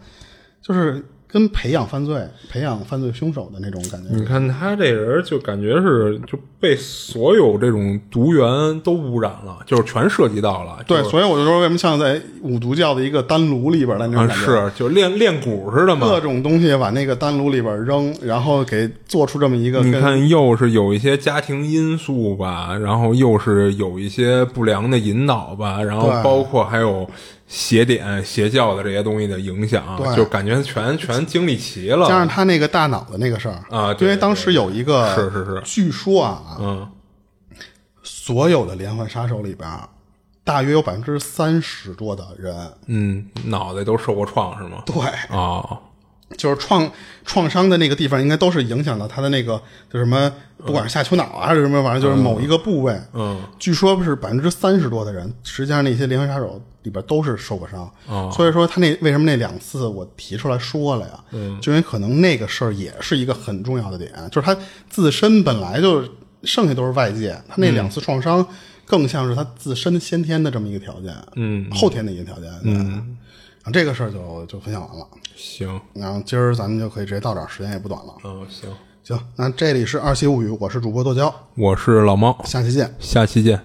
就是跟培养犯罪、培养犯罪凶手的那种感觉。
你看他这人就感觉是就被所有这种毒源都污染了，就是全涉及到了。
对，
就是
所以我就说，为什么像在五毒教的一个丹炉里边的那种
啊
感觉？
是就练练蛊似的嘛
各。种东西往那个丹炉里边扔，然后给做出这么一个
你
跟
看，又是有一些家庭因素吧，然后又是有一些不良的引导吧，然后
对
包括还有邪典、邪教的这些东西的影响，啊
对
就感觉全全经历齐了。
加上他那个大脑的那个事儿
啊对
因为当时有一个
对对对是是是
据说啊，
嗯，
所有的连环杀手里边，大约有百分之三十多的人，
嗯，脑袋都受过创是吗？
对，
哦，
就是创创伤的那个地方，应该都是影响到他的那个，就什么，不管是下丘脑啊还是什么玩意儿，就是某一个部位。
嗯，
据说是百分之三十多的人，实际上那些连环杀手里边都是受过伤。
哦
所以说他那为什么那两次我提出来说了呀？嗯，就因为可能那个事儿也是一个很重要的点，就是他自身本来就剩下都是外界，他那两次创伤更像是他自身先天的这么一个条件，
嗯，
后天的一个条件。嗯，然后这个事儿就就分享完了。
行，
然后今儿咱们就可以直接到这儿，时间也不短了。
嗯、行，
行，那这里是二七物语，我是主播剁椒，
我是老猫，
下期见。
下期见。